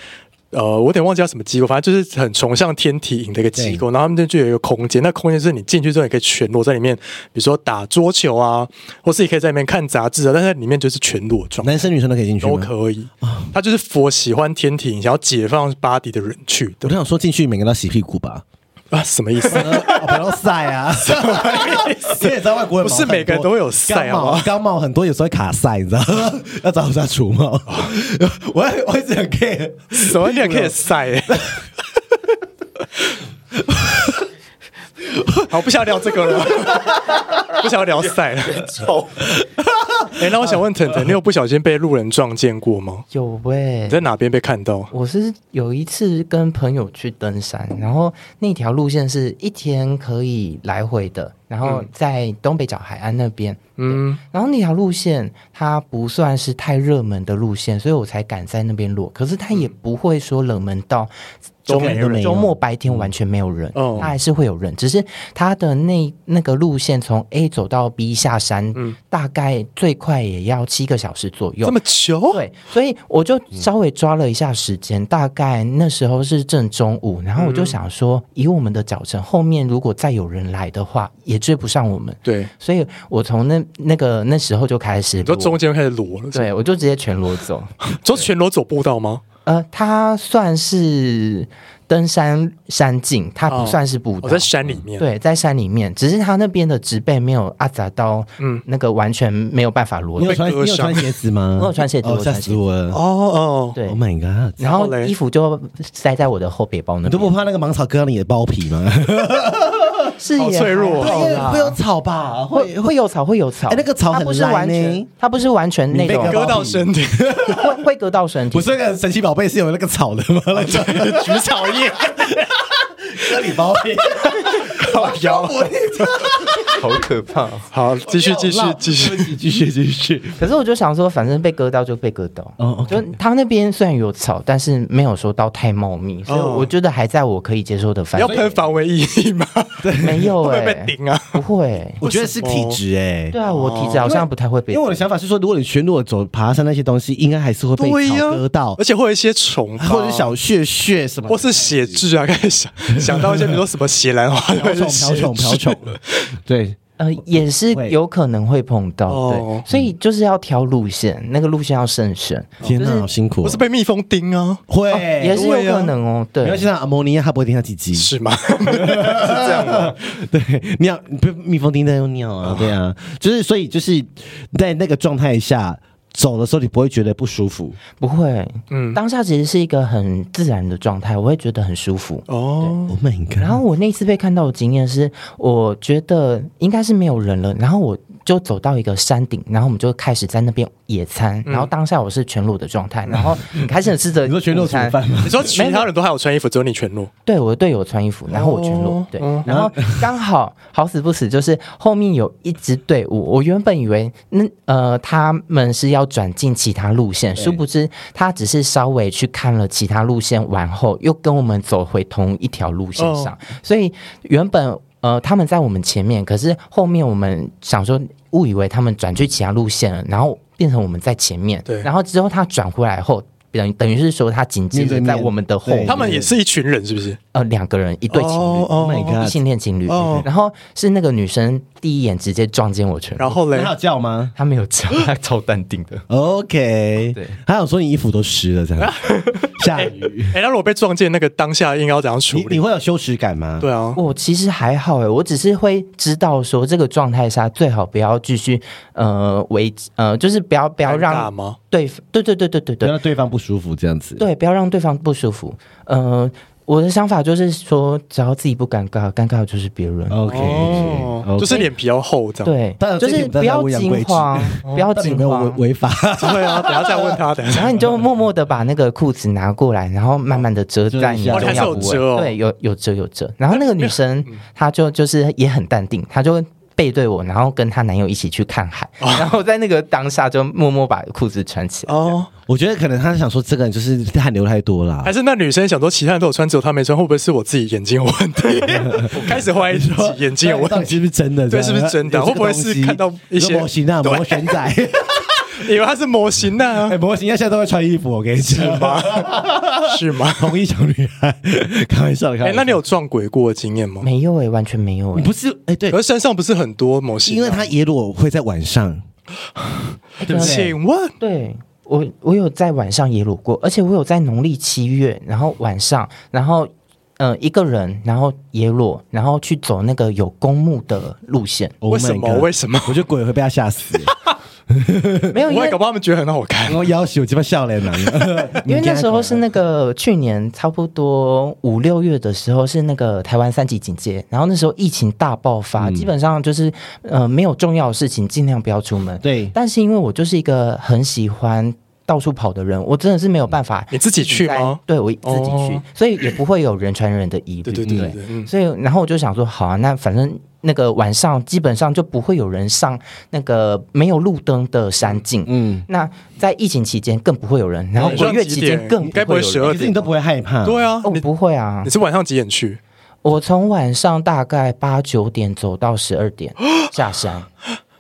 A: 呃，我有点忘记叫什么机构，反正就是很崇尚天体营的一个机构。然后他们就有一个空间，那空间就是你进去之后，你可以全裸在里面，比如说打桌球啊，或是你可以在里面看杂志啊，但是里面就是全裸状态。
B: 男生女生都可以进去
A: 都
B: 吗？
A: 可以。他就是佛喜欢天体，想要解放 body 的人去
B: 我
A: 的
B: 都想说进去每个人都要洗屁股吧，
A: 啊？什么意思？
B: 不要晒啊！你也知道外国人
A: 不是每个人都会有晒好不
B: 啊
A: 好，
B: 钢毛很多有时候会卡晒，你知道吗？要找人除
A: 哦
B: 毛。我我一直很 care，
A: 什么你也可以晒、欸？ 好，不想聊这个了，不想聊晒了。哎、那我想问腾腾，你有不小心被路人撞见过吗？
C: 有欸喂、
A: 你在哪边被看到？
C: 我是有一次跟朋友去登山，然后那条路线是一天可以来回的，然后在东北角海岸那边，
A: 嗯，
C: 然后那条路线它不算是太热门的路线，所以我才敢在那边落。可是它也不会说冷门到周
B: 没人
C: 周末白天完全没有人，
A: 哦
C: 它还是会有人，只是它的那那个路线从 A 走到 B 下山，大概最快也要七个小时左右
A: 这。么久？
C: 对，所以我就
A: 嗯
C: 稍微抓了一下时间，大概那时候是正中午，然后我就想
A: 嗯
C: 说，以我们的脚程，后面如果再有人来的话，也追不上我们。
A: 对，
C: 所以我从那那个那时候就开始
A: 你说
C: 裸，
A: 中间开始裸了，
C: 对我就直接全裸 走。
A: 说全裸走步道吗？
C: 呃，它算是登山山径，它不
A: 哦
C: 算是步
A: 我
C: 道。
A: 在山里面。，
C: 对，在山里面，只是它那边的植被没有阿杂到，嗯，那个完全没有办法裸
B: 你有
C: 露。
B: 穿
A: 被割
B: 你有穿
A: 伤
B: 鞋子吗？
C: 我有穿鞋子
B: 哦
C: 我有
B: 吓
C: 穿鞋子
B: 死我了
A: 哦哦，
C: 对
B: ！Oh，my Oh god！
C: 然
A: 后
C: 后
A: 嘞
C: 衣服就塞在我的后背包那
B: 你都
C: 边，
B: 不怕那个芒草割到你的包皮吗？
C: 是
A: 好
C: 也
A: 脆弱
C: 还好
A: 哦
B: 啊
C: 啦
B: 草吧？
C: 会会有草，会有草。
B: 哎那个草
C: 它
B: 很
C: 不是
B: 烂
C: 完
B: 呢
C: 全，它不是完全那
B: 被
C: 种
A: 哎割到身体，
C: 会会割到身体
B: 不，是那个神奇宝贝是有那个草的吗？那个
A: 除草 叶。
B: 割你包 皮，
A: 靠腰，
D: 好可怕！
A: 好，继续继续继续，
B: 继续继续。
C: 可是我就想说，反正被割到就被割到。
B: 哦，OK
C: 就他那边虽然有草，但是没有说到太茂密，所以
A: 哦
C: 我觉得还在我可以接受的范
A: 要
C: 围。
A: 喷防蚊液吗？
C: 没有
A: 会
C: 哎、
A: 不会被 顶啊？
C: 不会。
B: 我觉得是体质哎、
C: 对啊，我体质好像不太会被。
B: 因为我的想法是说，如果你全裸走爬山那些东西，应该还是会被草割到，
A: 而且会有一些虫吧，
B: 或者是小屑屑什么的，
A: 或是血痣啊，开始想想到一些，比如说什么血兰花，
B: 瓢
A: 或
B: 虫、
A: 者
B: 瓢
A: 是
B: 虫、瓢
A: 血痣
B: 虫，对，
C: 呃，也是有可能会碰到，
A: 哦
C: 对，所以就是要挑路线，那个路线要慎选，
B: 天哪，好辛苦、
A: 不
B: 哦，
A: 是被蜜蜂叮啊，
B: 会、
C: 也是有可能哦。
B: 哎没
C: 对
B: 关，系啦，阿摩尼亚它不会叮到鸡鸡，
A: 是 吗？
B: 对，尿不蜜蜂叮到用尿啊，对啊，就是所以就是在那个状态下走的时候，你不会觉得不舒服，
C: 不会，
A: 嗯
C: 嗯，当下其实是一个很自然的状态，我会觉得很舒服。
A: 哦，
B: Oh my god！
C: 然后我那次被看到的经验是，我觉得应该是没有人了。然后我就走到一个山顶，然后我们就开始在那边野餐。然后当下我是全裸的状态，然后很开心的吃 着
B: 你说全裸
C: 午餐
B: 煮饭吗？
A: 你说其他人都还有穿衣服，只有你全裸，
C: 对，我的队友穿衣服，然后我全裸，
A: 哦
C: 对，
B: 嗯
C: 然后刚好好死不死，就是后面有一支队伍，我原本以为那呃他们是要转进其他路线，殊不知他只是稍微去看了其他路线，完后又跟我们走回同一条路线上，
B: 哦
C: 所以原本。呃，他们在我们前面，可是后面我们想说，误以为他们转去其他路线了，然后变成我们在前面。
A: 对
C: 然后之后他转回来后，等于等于是说他紧接
B: 面对
C: 着在
B: 面
C: 我们的后
B: 对
C: 面。
A: 他们也是一群人，是不是？
C: 呃，两个人一对情侣
A: 哦哦
B: Oh my god
C: 异性恋情侣
A: 哦
C: 然后是那个女生第一眼直接撞见我全，
A: 然后嘞
B: 还，有叫吗
C: 她没有讲，
D: 他超淡 定的，
B: ？OK，
D: 对，
B: 还想说你衣服都湿了这 样，下雨，
A: 哎，那如果被撞见那个当下应该要怎样处
B: 你你
A: 理？
B: 会有羞耻感吗？
A: 对啊，
C: 我其实还好哎，我只是会知道说这个状态下最好不要继续呃维呃，就是不要不要
A: 尴尬
C: 让
A: 吗？
C: 对对对对对
B: 不
C: 对对
B: 要让对方不舒服这样子。
C: 对，不要让对方不舒服。呃，我的想法就是说，只要自己不尴尬，尴尬的就是别人。
B: ，OK，
A: 哦，
B: OK
A: 就是脸皮要厚这样。
C: 对
B: 但，
C: 就
B: 这
C: 是
B: 点不
C: 不
B: 要
C: 要
B: 乌阳贵
C: 惊
B: 气
C: 慌，不要
B: 到底有
C: 惊
B: 没有违
C: 慌。
B: 违法？
A: 对啊，等一下再问他，等一
C: 然
A: 下
C: 后。你就默默的把那个裤子拿过来，然后慢慢的遮在你
B: 哦
C: 的
B: 你
A: 是有
B: 还
C: 重要部位。
A: 遮哦
C: 对，有有遮有遮。然后那个嗯女生她就就是也很淡定，她就背对我，然后跟她男友一起去看海，然后在那个当下就默默把裤子 穿起来。
A: 哦，
B: 我觉得可能他想说这个人就是汗流太多了啊
A: 还。是那女生想说其他人都有穿，只有她没穿，会不会是我自己眼睛有问 题？开始怀疑自己眼睛有问
B: 到底
A: 题，
B: 是不是真的？
A: 对
B: 这样
A: 是不是真的啊
B: 有这个
A: 会不会是
B: 东西
A: 看到一些
B: 有模型啊，
A: 对
B: 模型仔？
A: 以为她是模型啊 呢、
B: 哎，模型现在都会穿衣服，我跟你讲 吗？
A: 是吗？
B: 红衣小女孩，开玩笑的。开
A: 哎、
B: 玩笑
A: 那你有撞鬼过的经验吗？
C: 没有诶、欸完全没有诶、
B: 你不是？哎，对
A: 可，是山上不是很多模型啊、
B: 因为他野裸会在晚上，对不对？
A: 请问
C: 对我，我有在晚上也裸过，而且我有在农历七月，然后晚上，然后呃一个人，然后也裸，然后去走那个有公墓的路线，
B: Oh
A: 为什
B: my
A: 么
B: God
A: 为什么
B: 我觉得鬼会被他吓 死。
C: 没有，因
A: 我也
C: 为
A: 搞不好他们觉得很好看。
B: 我要求我鸡巴笑脸 了，
C: 因为那时候是那个去年差不多五六月的时候，是那个台湾三级警戒，然后那时候疫情大爆发，
A: 嗯
C: 基本上就是呃没有重要的事情，尽量不要出门。
B: 对
C: 但是因为我就是一个很喜欢到处跑的人，我真的是没有办法。
A: 你自己去吗？
C: 对，我自己去，
A: 哦
C: 所以也不会有人传人的疑虑。
A: 对对对对对，嗯，
C: 所以，然后我就想说，好啊，那反正那个晚上基本上就不会有人上那个没有路灯的山径，
B: 嗯
C: 嗯，那在疫情期间更不会有人，然后
A: 晚
C: 五
A: 上
C: 月
A: 几
C: 期
A: 点
C: 间更
A: 该不
C: 不
A: 会
C: 会有
A: 12
C: 人。
B: 可是你都不会害怕，
A: 对啊，
C: 哦，
A: 你
C: 不会啊
A: 你，是晚上几点去？
C: 我从晚上大概八九点走到十 二点下山，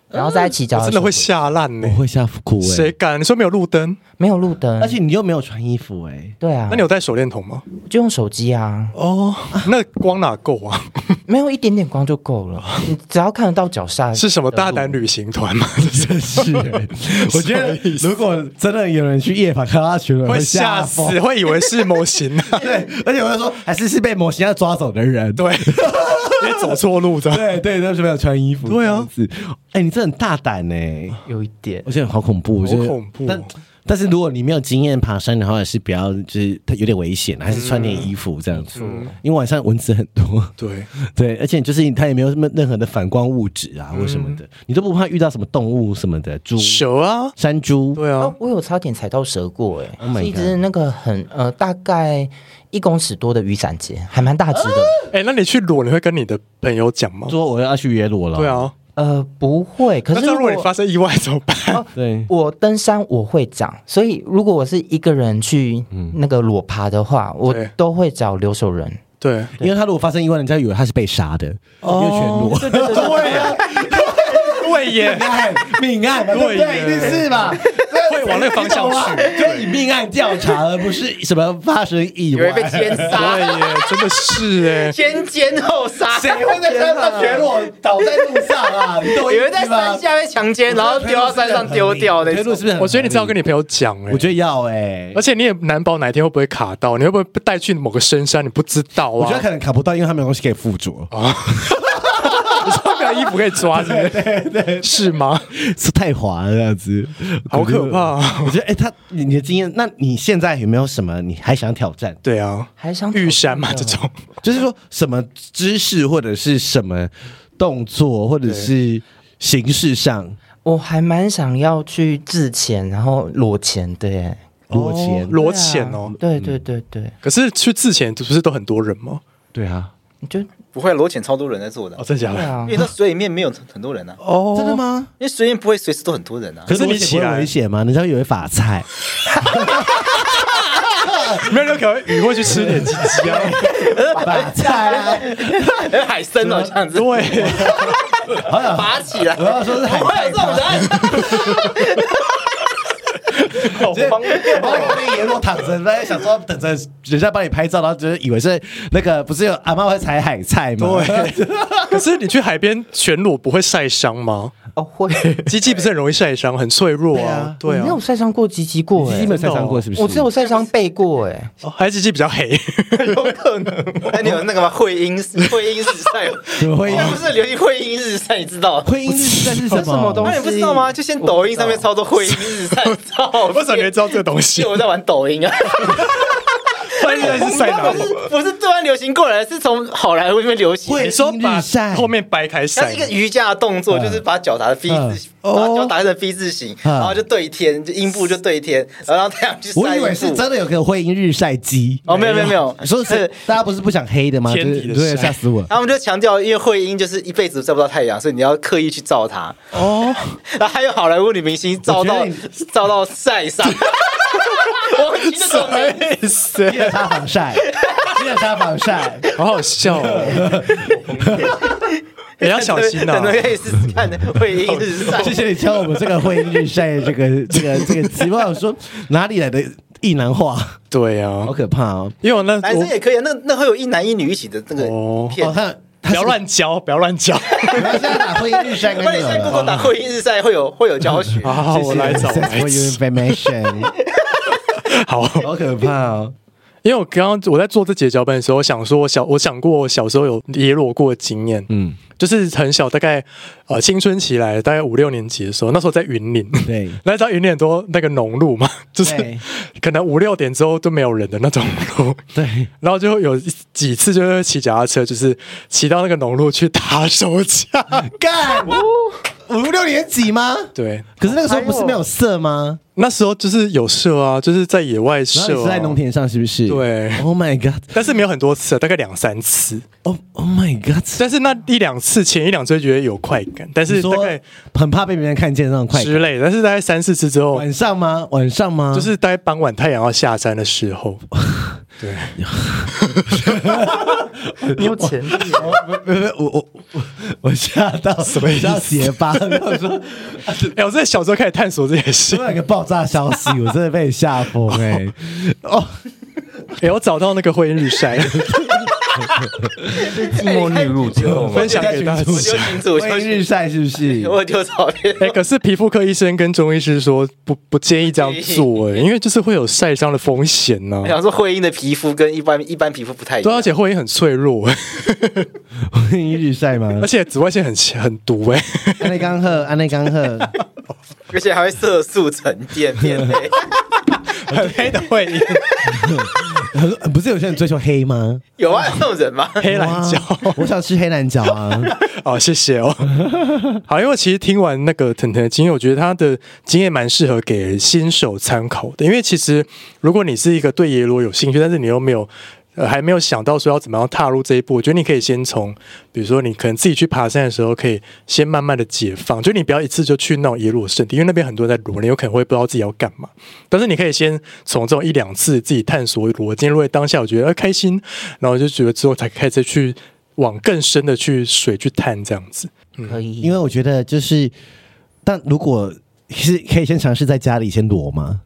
C: 然后再骑脚
A: 我
C: 踏车
A: 哦真的会吓烂呢
B: 我。会吓哭哎。
A: 谁敢？你说没有路灯？
C: 没有路灯，
B: 而且你又没有穿衣服哎，
C: 对啊，
A: 那你有带手电筒吗？
C: 就用手机啊，
A: 哦，那光哪够啊？
C: 没有一点点光就够了，你只要看得到脚下
A: 哦是什么大胆旅行团吗？
B: 真是欸， 我觉得如果真的有人去夜访看到他群 了，
A: 会吓
B: 吓
A: 死，。会以为是模型啊。
B: 对，而且我就说，还是是被模型要抓走的人。
A: 对，也走错路的。
B: 对对，但是没有穿衣服。
A: 对啊
B: 这样子，哎，你这很大胆哎，
C: 有一点
B: 我觉得好恐怖，我觉得
A: 恐怖哦
B: 但但是如果你没有经验爬山的话，是比较就是它有点危险，啊还是穿点衣
A: 嗯
B: 服这样子，因为晚上蚊子很多。
A: 对，
B: 对，而且就是它也没有什么任何的反光物质啊，或什么
A: 嗯
B: 的，你都不怕遇到什么动物什么的，猪、
A: 蛇啊，
B: 山猪。
A: 对
C: 哦
A: 啊，，
C: 我有差点踩到蛇过哎、
B: Oh my
C: 是一
B: God
C: 只那个很呃大概一公尺多的雨伞节，还蛮大只的。
A: 哎，那你去裸，你会跟你的朋友讲吗？
B: 说我要去约裸了。
A: 对，啊，
C: 呃，不会，可
A: 那
C: 是
A: 这样
C: 如
A: 如
C: 果
A: 果你发生意外怎么办？
B: 对，
C: 我登山我会讲，所以如果我是一个人去
B: 嗯
C: 那个裸爬的话，我
A: 对
C: 都会找留守人。
A: 对，
B: 因为他如果发生意外，人家以为他是被杀的，因为全裸。
A: 对对对，对 耶，
B: 案 命案，对不
A: 对耶
B: 对，一定是吧？
A: 会往那个方向 去，
B: 对，以命案调查，而不是什么发生意
E: 以
B: 外
E: 为。被 奸
A: 对
E: 杀，
A: 耶，真的是哎，
E: 先奸后杀，
B: 谁会在山上全裸倒在路上 啊？你懂我
E: 以
B: 意思
E: 为在
B: 吗
E: 山？下被强奸，然后丢到山上丢掉那
B: 推路
E: 种。
B: 是不是很合理？
A: 我觉得你至少跟你朋友讲哎，
B: 我觉得要哎
A: 而，且你也难保哪一天会不会卡到，你会不会被带去某个深山，你不知道啊？
B: 我觉得可能卡不到，因为他没有东西可以附着，
A: 你说没有衣服可以抓，是不是？对对，是吗？
B: 是太滑了这样 子，
A: 好可怕啊
B: 我觉得哎，他你你的经验，那你现在有没有什么你还想挑战？
A: 对啊，
C: 还想
A: 玉山
C: 啊
A: 嘛这种，
B: 就是说什么姿势或者是什么动作，或者是形式上
C: 我还蛮想要去自潜，然后裸潜的耶。啊
B: 裸钱，
A: 裸潜哦。
C: 对对对对，
A: 可是去自潜不是都很多人吗？
B: 对啊，
C: 你就
D: 不会裸潜超多人在做的
A: 哦，，真假
C: 对
A: 的？
C: 啊
D: 因为，到水里面没有很多人啊，
A: 哦，
B: 真的？吗？
D: 因为水里面不会随时都很多人啊。
B: 可是
A: 是
B: 你
A: 你起
B: 起
A: 来
B: 来危险吗？人家有一法菜，
A: 没有，有可能鱼会去吃点鸡鸡啊。
B: 法菜，
E: 海参哦，这样子
A: 对，哎呃
E: 拔起来，
B: 我要说是海
E: 我有这种人，
A: 好方便。
B: 然后那个沿路躺着，然后想说等着人家帮你拍照，然后就是以为是那个不是有阿妈会采海菜吗？
A: 对，可是你去海边全裸不会晒伤吗？
C: 哦会，
A: 鸡鸡不是很容易晒伤，很脆弱啊。
C: 我
A: 对啊
C: 没有，晒伤过鸡鸡过
B: 你
C: 哎
B: 是没，有晒伤过是不是？
C: 我只有晒伤背 过哎。
A: 哦还是鸡鸡比较黑。
D: 哎，你有那个吗？会阴会阴日晒，
B: 怎么会
D: 那不是流行会阴日晒，你知道？
B: 会阴日晒是什么？
C: 这什么东
D: 那
C: 西
D: 你不知道吗？就先抖音上面超多会阴日晒照片，
A: 我怎么会知道这个东西
D: 因为？我在玩抖 音啊。
A: 关键是晒哪
D: 不
A: 里？
D: 是不是突然流行过来，是从好莱坞那边流行。
B: 会
A: 你说把
B: 日晒
A: 后面掰开
D: 它
A: 晒
D: 是一，个瑜伽的动作，就是把脚打成 V 字形，
B: 嗯
D: 把
B: 哦
D: 脚打成 V 字形，
B: 嗯
D: 然后就对天，就阴部就对天，然后让太阳去
B: 我
D: 晒
B: 以为是
D: 阴部。
B: 真的有个会阴日晒鸡哎
D: 哦没有没有没有
B: 你说是
D: 是
B: 大家不是不想黑的吗？
A: 天
B: 就是
A: 敌的
B: 对，
A: 晒
B: 吓死 我！
D: 他们就强调，因为会阴就是一辈子照不到太阳，所以你要刻意去照它。
B: 哦，
D: 然后还有好莱坞女明星照
B: 我觉
D: 到
B: 得
D: 照到 晒伤，我其实懂
B: 啊
D: 得
A: 哎塞
B: 记得擦防晒，记得擦防晒。
A: 好好笑 哦！你要小心啊
D: 可
A: 呐
D: 能。可以试试看的会阴日晒。
B: 啊谢谢你教我们这个会阴日晒的这个这个这个词，我想说哪里来的意难话，
A: 对啊
B: 好，可怕哦！
A: 因为我那
D: 男生也可以啊，那那会有一男一女一起的那
A: 哦
D: 个片
B: 哦，，他
A: 不要乱教，不要乱教。
B: 你要现在打会阴日晒跟
D: 不然你
B: 那
D: 在
B: 个哦
D: Google 打会阴日晒会有会有教 学。
A: 好好，好，我来找，我
B: Thanks
A: 来
B: for your
A: 找
B: information，
A: 好。
B: 好可怕哦！
A: 因为我刚刚我在做这节脚本的时候，想说我小我想过我小时候有野裸过的经验，
B: 嗯
A: 嗯，就是很小，大概呃青春期来，大概五六年级的时候，那时候在云林，
B: 对
A: 那你知道云林很多那个农路嘛，就是
B: 对
A: 可能五六点之后都没有人的那种路，
B: 对，
A: 然后就有几次就是骑脚踏车，就是骑到那个农路去打手 枪，
B: 干五六年级吗？
A: 对，
B: 可是那个时候不是没有色吗？
A: 那时候就是有射啊，就是在野外
B: 然后
A: 射、
B: 你
A: 啊，
B: 是在农，田上是不是？
A: 对
B: ，Oh my God，
A: 但是没有很多次啊，大概两三次。
B: 哦 Oh my God，
A: 但是那一两次前一两次会觉得有快感，但
B: 你
A: 是
B: 说
A: 大概
B: 很怕被别人看见那种快感
A: 之类，但是大概三四次之后，
B: 晚上吗？晚上吗？
A: 就是大概傍晚太阳要下山的时候，对，
C: 你有潜力哦，
B: 不是 我我我我吓到什么叫结巴？我说
A: 哎、我在小时候开始探索这件事
B: 突，然有个爆炸消息，我真的被吓疯哎！哦，
A: 哎、我找到那个会阴日晒，
D: 哎
C: 寂寞女乳就
A: 分享给大家。
D: 我丢裙子，我丢
B: 会
D: 裙
B: 日晒是不是
D: 子，？我丢照片。
A: 哎、可是皮肤科医生跟中医师说不不建议这样做、哎，因为就是会有晒伤的风险啊呢、
D: 我想说，会阴的皮肤跟一般一般皮肤不太一
A: 对，啊而
D: 样。
A: 且会阴很脆弱，欸
B: 会日晒吗？
A: 而且紫外线很很毒哎、
B: 安内刚赫，安内刚赫，
D: 而且还会色素沉淀变 黑。
A: 很黑的会阴，
B: 不是有些人追求黑吗？
D: 有啊，有这种人吗？
A: 黑蓝胶。
B: 哇， 我想吃黑蓝角啊！
A: 哦，谢谢哦。好，因为其实听完那个腾腾的经验，我觉得他的经验蛮适合给新手参考的。因为其实如果你是一个对野罗有兴趣，但是你又没有。呃，还没有想到说要怎么样踏入这一步，我觉得你可以先从，比如说你可能自己去爬山的时候，可以先慢慢的解放，就你不要一次就去那种野裸圣地，因为那边很多人在裸，你有可能会不知道自己要干嘛。但是你可以先从这种一两次自己探索裸，今天如果当下我觉得、呃、开心，然后就觉得之后才开始去往更深的去水去探这样子。
C: 可以，
B: 因为我觉得就是，但如果是可以先尝试在家里先裸吗？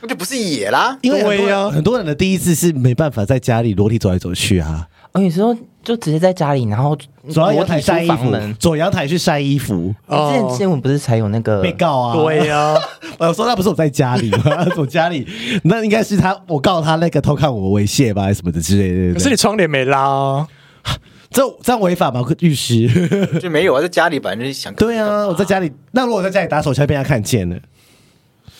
D: 那就不是野啦。
B: 因为很多
A: 对
B: 人
A: 呀
B: 很多人的第一次是没办法在家里裸体走来走去啊，
C: 哦，你说就直接在家里，然后
B: 走到
C: 嗯裸
B: 阳台
C: 体出
B: 晒衣
C: 房
B: 服
C: 门。，
B: 走阳台去晒衣服，
C: 之前新闻不是才有那个
B: 被告啊，
A: 对呀、
B: 我说那不是我在家里吗？ 我家里那应该是他，我告他那个偷看我猥亵吧，还是什么的之类的。对不
A: 可
B: 对
A: 是你窗帘没拉啊，
B: 这这样违法吗？律师？
D: 就没有啊，在家里本来就是想。
B: 对啊，我在家里。那如果我在家里打手枪被他看见了，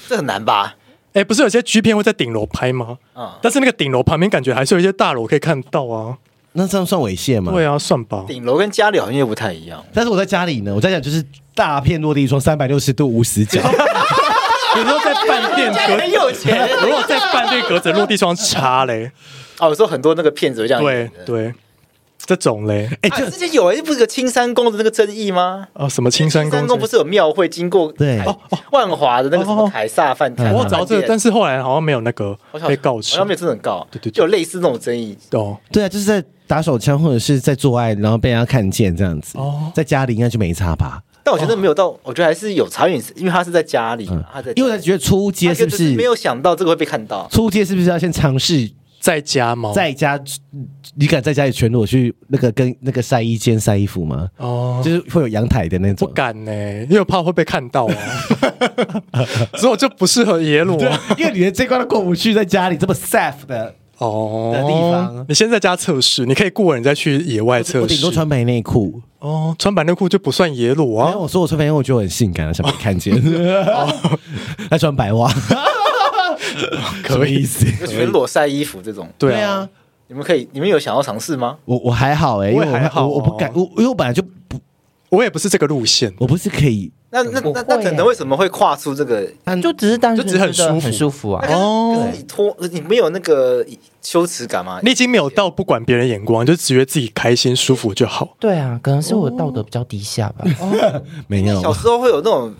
D: 这很难吧？
A: 哎、不是有些 G 片会在顶楼拍吗？
D: 嗯
A: 但是那个顶楼旁边感觉还是有一些大楼可以看到啊。
B: 那这样算猥亵吗？
A: 对
B: 啊。
A: 啊，算吧。
D: 顶楼跟家里好像又不太一样。
B: 但是我在家里呢，我在讲就是大片落地窗，三百六十度无死角。
A: 有时候在饭店
D: 家里很有钱
A: 如果在饭店隔着落地窗擦嘞，
D: 哦，有时候很多那个骗子会这样
A: 对
D: 演的。
A: 对，这种嘞，
B: 哎，
D: 啊
B: 就
D: 之前有哎，不是有个青山宫的那个争议吗？
A: 哦，什么青山
D: 青
A: 宫
D: 山宫不是有庙会经过
B: 对
A: 哦
D: 凯万华的那个什么凯撒饭店？
A: 哎我找这个，但
D: 是
A: 是后来好像没有那个被告
D: 好
A: 知
D: 像没有真的很告，
A: 对对对
D: 就有类似那种争议。
A: 哦。
B: 对啊，就是在打手枪或者是在做爱，然后被人家看见这样子。哦，在家里应该就没差吧？
D: 但我觉得没有到，我觉得还是有差远，因为他是在家里
A: 嗯
D: 嘛，啊他在，
B: 因为我才觉得初阶
D: 他
B: 是不
D: 就是没有想到这个会被看到。
B: 初阶是不是要先尝试
A: 在家
D: 哦
A: 吗？
B: 在家？你敢在家里全裸去那个跟那个晒衣间晒衣服吗？
A: 哦，
B: 就是会有阳台的那
A: 不
B: 种。
A: 敢呢、因为我怕会被看到啊，所以我就不适合耶鲁、啊、
B: 因为你连这关都过不去，在家里这么 safe 的，
A: 哦
B: 的地方
A: 你先在家测试，你可以过完你再去野外测
B: 我顶
A: 试
B: 多。穿白内裤。
A: 哦，穿板内裤就不算野鲁
D: 哦
B: 然
A: 啊
B: 后。我说我穿白内裤，我觉得我很性感，想被看 见。
D: 哦
B: 他穿白袜，可以思？
D: 就全裸晒衣服这种，
A: 对
B: 对
A: 啊，
B: 啊，
D: 你们可以，你们有想要尝试吗？
B: 我我还好哎，因
A: 我
B: 为
A: 也还好
B: 我我不敢，我因为我本来就不，
A: 我也不是这个路线。
B: 我不是可以。
D: 那那
C: 我
D: 那
C: 会
D: 那可能为什么会跨出这个？
C: 就只是单纯
A: 就只是很
C: 觉得
A: 舒服
C: 很舒服啊。
A: 哦
D: 可是你脱，你没有那个羞耻感吗？
A: 你已经没有到不管别人眼光，就只觉得自己开心舒服就好。
C: 对啊，可能是我道德比较低下吧。
B: 没有，
D: 小时候会有那种，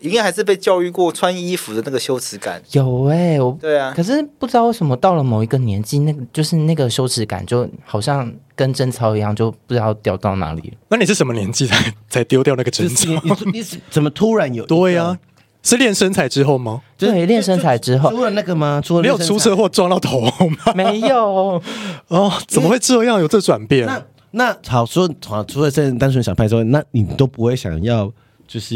D: 应该还是被教育过穿衣服的那个羞耻感。
C: 有哎、我
D: 对啊
C: 可是不知道为什么到了某一个年纪，那个就是那个羞耻感，就好像跟贞操一样，就不知道掉到哪里了。
A: 那你是什么年纪 才才丢掉那个
B: 就
A: 贞
B: 是
A: 操
B: 你？你你怎么突然有？
A: 对呀、啊，是练身材之后吗？
B: 就是
C: 对，练身材之后
B: 除了那个吗？除了
A: 没有
B: 那个
A: 出
B: 身材
A: 车祸撞到头吗？
C: 没有，
A: 哦，怎么会这样？有这转变？
B: 那那好说好，除了真的单纯想拍之外，那你都不会想要就是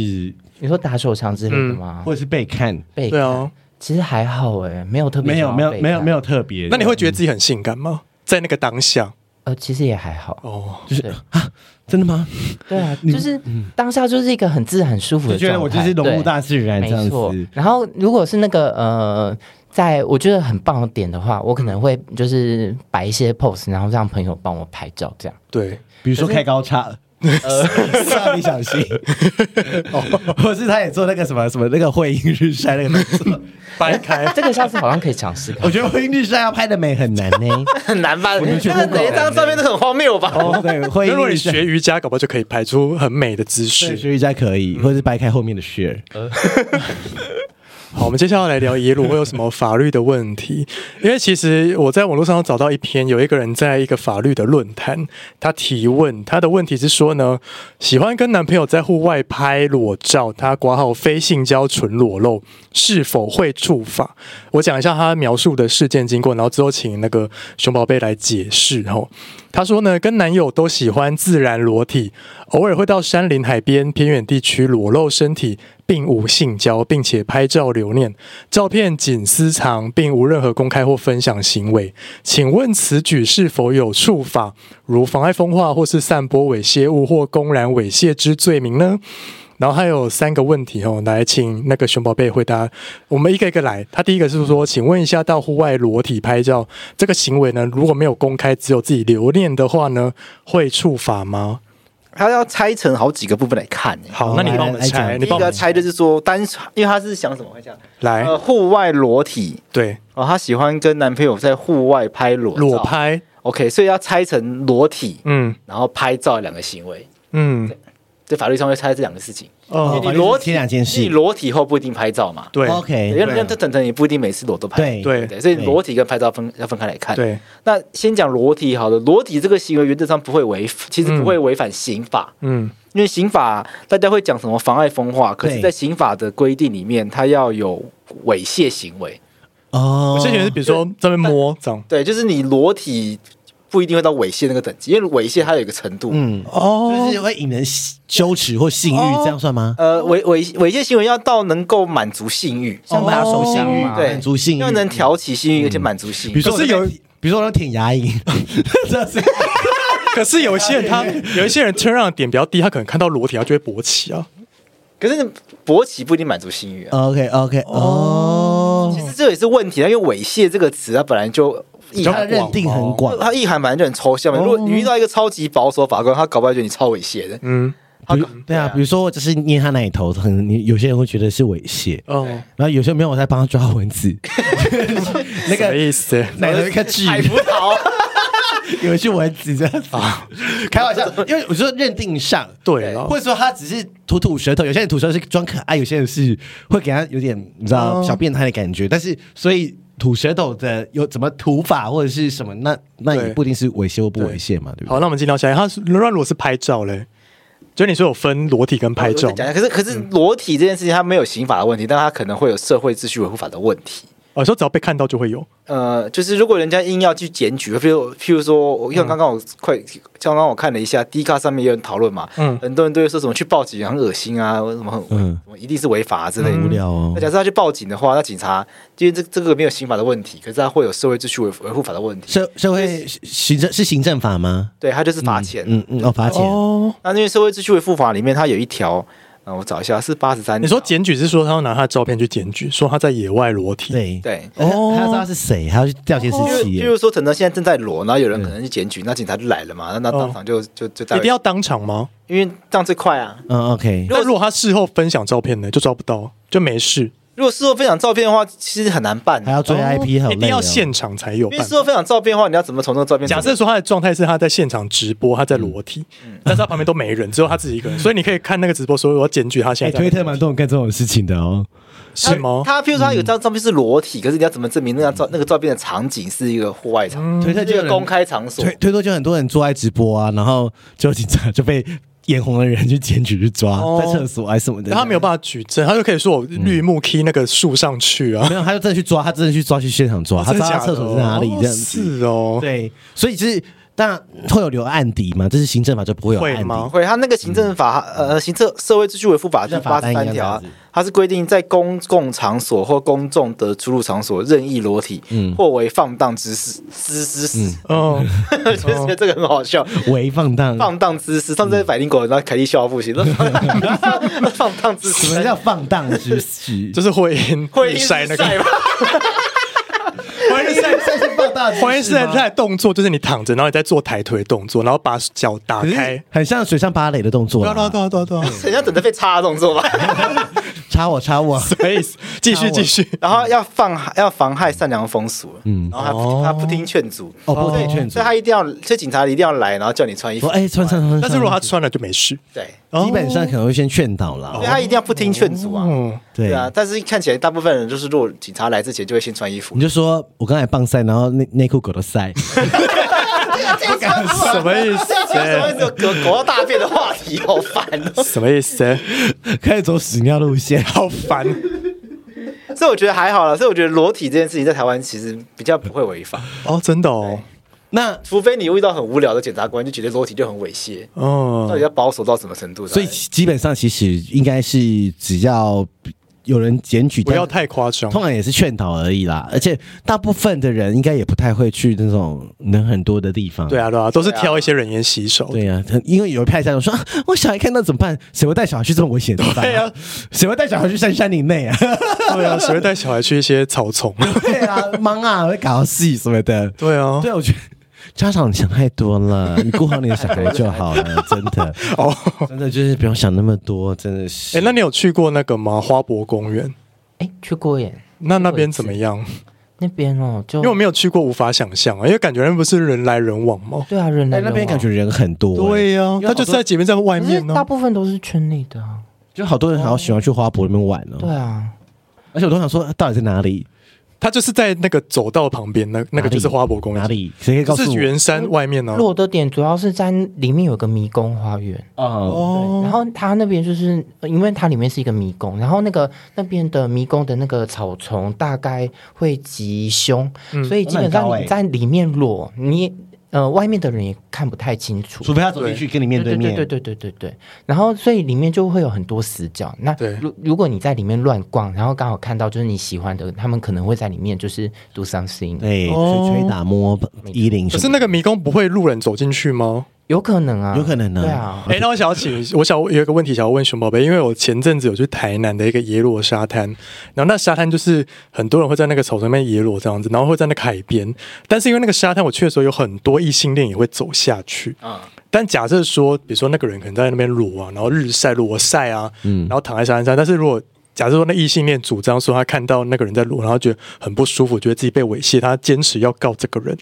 C: 你说打手枪之类的吗？
B: 或者是被看？
C: 被
A: 对啊，
C: 其实还好哎、没有特别
B: 没有
C: 想
B: 没
C: 要
B: 有
C: 被
B: 没有
C: 看
B: 没有，特别。
A: 那你会觉得自己很性感吗？在那个当下，
C: 呃，其实也还好。
A: 哦，
B: 就是
C: 对
B: 啊？真的吗？
C: 对啊，就是当下就是一个很自然、很舒服
B: 就
C: 的
B: 觉
C: 状态。
B: 得我就是融入大自然这
C: 没
B: 样
C: 错
B: 子。。
C: 然后如果是那个呃，在我觉得很棒的点的话，我可能会就是摆一些 pose，然后让朋友帮我拍照这样。
A: 对，
B: 比如说开高叉。 呃，蜡笔小新，或是他也做那个什么什么那个会阴日晒那个动作，
A: 掰开
C: 这个下次好像可以尝试看。
B: 我觉得会阴日晒要拍的美很难呢。
D: 很难吧？
B: 我就去
D: 那个
B: Google
D: 每一张照片都很荒谬吧？
B: 哦，对，会
A: 那
B: 阴
A: 如果
B: 日
A: 你
B: 晒，
A: 学瑜伽，搞不好就可以排出很美的姿
B: 对
A: 势。
B: 学瑜伽可以，或是掰开后面的血。
A: 好，我们接下来来聊耶鲁会有什么法律的问题， 因为其实我在网络上找到一篇，有一个人在一个法律的论坛，他提问，他的问题是说呢，喜欢跟男朋友在户外拍裸照，他挂号非性交纯裸露，是否会触法？我讲一下他描述的事件经过，然后之后请那个熊宝贝来解释吼。他说呢，跟男友都喜欢自然裸体，偶尔会到山林、海边、偏远地区裸露身体，并无性交，并且拍照留念，照片仅私藏，并无任何公开或分享行为。请问此举是否有触法，如妨碍风化或是散播猥亵物或公然猥亵之罪名呢？然后还有三个问题哦，来请那个熊宝贝回答，我们一个一个来。他第一个是说，请问一下，到户外裸体拍照这个行为呢，如果没有公开，只有自己留念的话呢，会触法吗？
D: 他要拆成好几个部分来看耶。
A: 好，
B: 好
A: 那你
B: 来
A: 帮我们
B: 来讲
A: 猜，
D: 第
A: 你
D: 一
A: 帮
D: 个
A: 我
D: 要
A: 们
D: 拆就是说单纯，因为他是想什么？我想
A: 来
D: 呃，户外裸体
A: 对
D: 哦，她喜欢跟男朋友在户外拍裸照
A: 哦裸。拍，
D: OK，所以要拆成裸体，
A: 嗯
D: 然后拍照两个行为，
A: 嗯
D: 在法律上会拆这两个事情。
B: 哦
D: 因为
B: 法律
D: 你
B: 是
D: 裸
B: 贴
D: 体，
B: 两件事
D: 你裸体后不一定拍照嘛。
A: 对
D: 因
B: OK，
D: 为那等等也不一定每次裸都拍。
B: 对
A: 对
D: 对，所以裸体跟拍照分要分开来看。，
A: 对
D: 那先讲裸体好了，裸体这个行为原则上不会违，其实不会违反刑法，
A: 嗯
D: 因为刑法大家会讲什么妨碍风化，可是，
B: 对
D: 在刑法的规定里面，它要有猥亵行为。
B: 哦
A: 我之前是比如说在那边摸这样，
D: 对，就是你裸体不一定会到猥亵那个等级，因为猥亵它有一个程度。
B: 嗯，
A: 哦
B: 就是会引人羞耻或性欲，这样算吗？
D: 呃，猥猥猥亵行为要到能够满足性欲，
B: 哦
C: 像打手枪嘛，
D: 对
B: 满足性欲
D: 要能挑起性欲，而且满足性
B: 嗯比
D: 欲
B: 如。
A: 可
B: 说
A: 是
B: 我在
A: 有
B: 比如说我舔牙龈， 这 是
A: 可是有一些人他有一些人 turn on 点比较低，他可能看到裸体他就会勃起啊，
D: 可是勃起不一定满足性欲啊。
B: OK OK 哦。
D: 其实这也是问题啊，因为猥亵这个词它本来就意
A: 较
B: 它的
D: 涵
B: 认定很广，哦
D: 它意涵本来就很抽象嘛。如果你遇到一个超级保守法官，他搞不好觉得你超猥亵的。
A: 嗯，
B: 比如对啊，比如说就是捏他奶头，可能你有些人会觉得是猥亵，
A: 哦，
B: 然后有些没有我在帮他抓 蚊子，那
A: 什么
B: 个
A: 意思？
B: 奶头一个痣，
D: 海葡萄，
B: 有一些蚊子这样子，开玩笑，因为我说认定上，
A: 啊对了
B: 或者说他只是吐吐舌头，有些人吐舌头是装可爱，有些人是会给他有点你知道
A: 哦
B: 小变态的感觉，但是所以吐舌头的有怎么吐法或者是什么，那那也
A: 对
B: 不一定是猥亵或不猥亵嘛，对不
A: 好，
B: 对？
A: 那我们进到下一个，他是那如果是拍照嘞，就你说有分裸体跟拍照
D: 我再讲一下。可是可
A: 嗯
D: 是裸体这件事情，它没有刑法的问题，但它可能会有社会秩序维护法的问题。
A: 哦，说只要被看到就会有，
D: 呃，就是如果人家硬要去检举，譬如譬如说，我像刚刚我快，像刚刚我看了一下 D 卡上面也有人讨论嘛，
A: 嗯
D: 很多人都会说什么去报警很恶心啊，或者什么很
B: 嗯
D: 什么一定是违法之类的。
B: 无聊哦
D: 那，假设他去报警的话，那警察因为这这个没有刑法的问题，可是他会有社会秩序维维护法的问题，
B: 社社会行政是行政法吗？
D: 对他就是罚钱。
B: 嗯嗯，哦，罚钱。
A: 哦，
D: 那因为社会秩序维护法里面，它有一条，嗯，我找一下是八十三。
A: 你说检举是说他要拿他的照片去检举，说他在野外裸体，
B: 对，
D: 对，
B: 他要知道他是谁，还要去调
A: 哦
B: 监视
D: 譬如
B: 器
D: 譬
B: 耶。
D: 如说，可能现在正在裸，然后有人可能去检举，那警察就来了嘛，那那
A: 哦
D: 当场就就就带
A: 一定要当场吗？
D: 因为这样最快啊。
B: 嗯，OK，
A: 那如果他事后分享照片呢，就抓不到，就没事，
D: 如果事后分享照片的话，其实很难办
B: 还。要追 IP，好累哦
A: 一定要现场才有办
D: 因为
A: 法
D: 事后分享照片的话，你要怎么从那个照片？
A: 假设说他的状态是他在现场直播，他在裸体，但是他旁边都没人，只有他自己一个人，所以你可以看那个直播说我要检举他现
B: 哎，
A: 在在
B: 推特蛮多人干这种事情的哦。
A: 是吗？
D: 他譬如说他有张照片是裸体，可是你要怎么证明那张
A: 嗯
D: 照那个照片的场景是一个户外场，
B: 推特
D: 是
B: 就
D: 一
B: 有
D: 个
B: 人
D: 公，开场所
B: 推？推特就很多人做爱直播啊，然后就警察就被眼红的人去检举去抓，
A: 哦
B: 在厕所啊什么的。
A: 但他没有办法举证，他就可以说我绿幕 key 那个树上去啊
B: 没，有，他就真的去抓，他真的去抓去现场抓，哦
A: 哦
B: 他
A: 真
B: 知
A: 的
B: 道
A: 假的
B: 他厕所是哪里
A: 哦
B: 这样子。
A: 是哦，
B: 对，所以就是当然会有留案底嘛，这是行政法就不会有
A: 会
B: 案底
A: 吗。
D: 会，他那个行政法、
A: 嗯
D: 呃行政社会秩序维护法第
B: 像
D: 八
B: 罚单一
D: 十
B: 样
D: 三条啊
B: 这样子，
D: 它是规定在公共场所或公众的出入场所任意裸体，
B: 嗯
D: 或为放荡之事之之事，
A: 嗯，
D: 就觉得这个很好笑。
B: 为放荡。
D: 放荡之事，上次在百灵狗，然后凯莉笑到不行，那 放荡之
B: 什么
D: 事
B: 叫放荡之 事？
A: 就是婚姻
D: 会一直
A: 晒那个
D: 晒吧？
B: 欢迎晒晒是放荡之事吗，
A: 婚姻晒晒动作，就是你躺着，然后你在做抬腿动作，然后把脚打
B: 可
A: 开
B: 是，很像水上芭蕾的动作
A: 对
B: 啦
A: 啊。对啊对啊对啊对啊，
D: 很像等着被插的动作吧？
B: 插我插我，
A: 什么意思？继续继续，
D: 然后要放要妨害善良风俗，嗯，然后他不他不听劝阻，
B: 哦，不听劝阻
D: 所以。他一定要，所以警察一定要来，然后叫你穿衣服
B: 说，哎，穿上穿上。
A: 但是如果他穿了就没 事，
D: 对。
A: 哦
B: 基本上可能会先劝导啦
D: 所以。他一定要不听劝阻啊。
A: 嗯，
B: 对
D: 啊，但是看起来大部分人就是，如果警察来之前就会先穿衣服
B: 你，就说我刚才棒晒，然后内内裤狗 都晒，
A: 什么意思？
D: 这样为什么狗狗要大便的话题好烦哦？
A: 什么意 思？
B: 开始走屎尿路线，
A: 好烦。
D: 所以我觉得还好了，所以我觉得裸体这件事情在台湾其实比较不会违法，
B: 嗯
A: 哦，真的哦，
B: 那
D: 除非你遇到很无聊的检察官就觉得裸体就很猥亵，到底
A: 哦，
D: 要保守到什么程度？
B: 嗯所以基本上其实应该是只要有人检举，
A: 不要太夸张
B: 但。通常也是劝导而已啦。而且大部分的人应该也不太会去那种人很多的地方。
A: 对。啊，对啊，都是挑一些人烟洗手。
B: 对呀、啊，因为有一派家长说、啊，我小孩看到怎么办？谁会带小孩去这么危险的地方、
A: 对啊，
B: 谁会带小孩去山山林内啊？
A: 对啊，谁会带小孩去一些草丛？
B: 对啊， 忙啊，会搞到戏什么的。
A: 对啊，
B: 对，我觉得家长想太多了，你顾好你的小孩就好了，真的，
A: 哦，
B: 真的就是不用想那么多，真的是。
A: 哎，那你有去过那个吗？花博公园？
C: 哎，去过耶，
A: 那那边怎么样？
C: 那边哦，就
A: 因为我没有去过，无法想象啊。因为感觉那不是人来人往吗？
C: 对啊，人来
B: 哎
C: 人
B: 那边
C: 往
B: 感觉人很多、哎
A: 对啊
B: 呀、
A: 呀，他就是在街边，在外
C: 可是
A: 面啊呢
C: 大。部分都是圈内的啊。
B: 就好多人好喜欢去花博那边玩哦。
C: 对啊，
B: 而且我都想说，到底在哪里？
A: 他就是在那个走道旁边，那那个就是花博公园
B: 哪。里？谁可以告
A: 就
B: 诉
A: 是
B: 我？
A: 圆山外面啊呢。
C: 落的点主要是在里面有个迷宫花园，
B: 哦，
C: 对，
A: 哦，
C: 然后它那边就是呃因为它里面是一个迷宫，然后那个那边的迷宫的那个草丛大概会及胸，所以基
B: 那
C: 本
B: 很
C: 上
B: 高欸
C: 你在里面裸，你呃外面的人也看不太清楚
B: 除。非他走进去跟你面
C: 对
B: 面。
C: 对对对对对对，然后所以里面就会有很多死角。那
A: 对
C: 如如果你在里面乱逛，然后刚好看到就是你喜欢的，他们可能会在里面就是 do something。
B: 对，
A: 哦
B: 哎吹吹打摸衣领什
A: 可
B: 么的。
A: 是那个迷宫不会路人走进去吗？
C: 有可能啊，
B: 有可能呢
C: 对啊，
A: 哎、那我想要请，我想有一个问题想要问熊宝贝，因为我前阵子有去台南的一个野裸沙滩，然后那沙滩就是很多人会在那个草上面野裸这样子，然后会在那个海边，但是因为那个沙滩我去的时候有很多异性恋也会走下去，
D: 啊，
A: 但假设说，比如说那个人可能在那边裸啊，然后日晒裸晒啊，
B: 嗯
A: 然后躺在沙滩上，但是如果假设说那异性恋主张说他看到那个人在裸，然后觉得很不舒服，觉得自己被猥亵，他坚持要告这个人，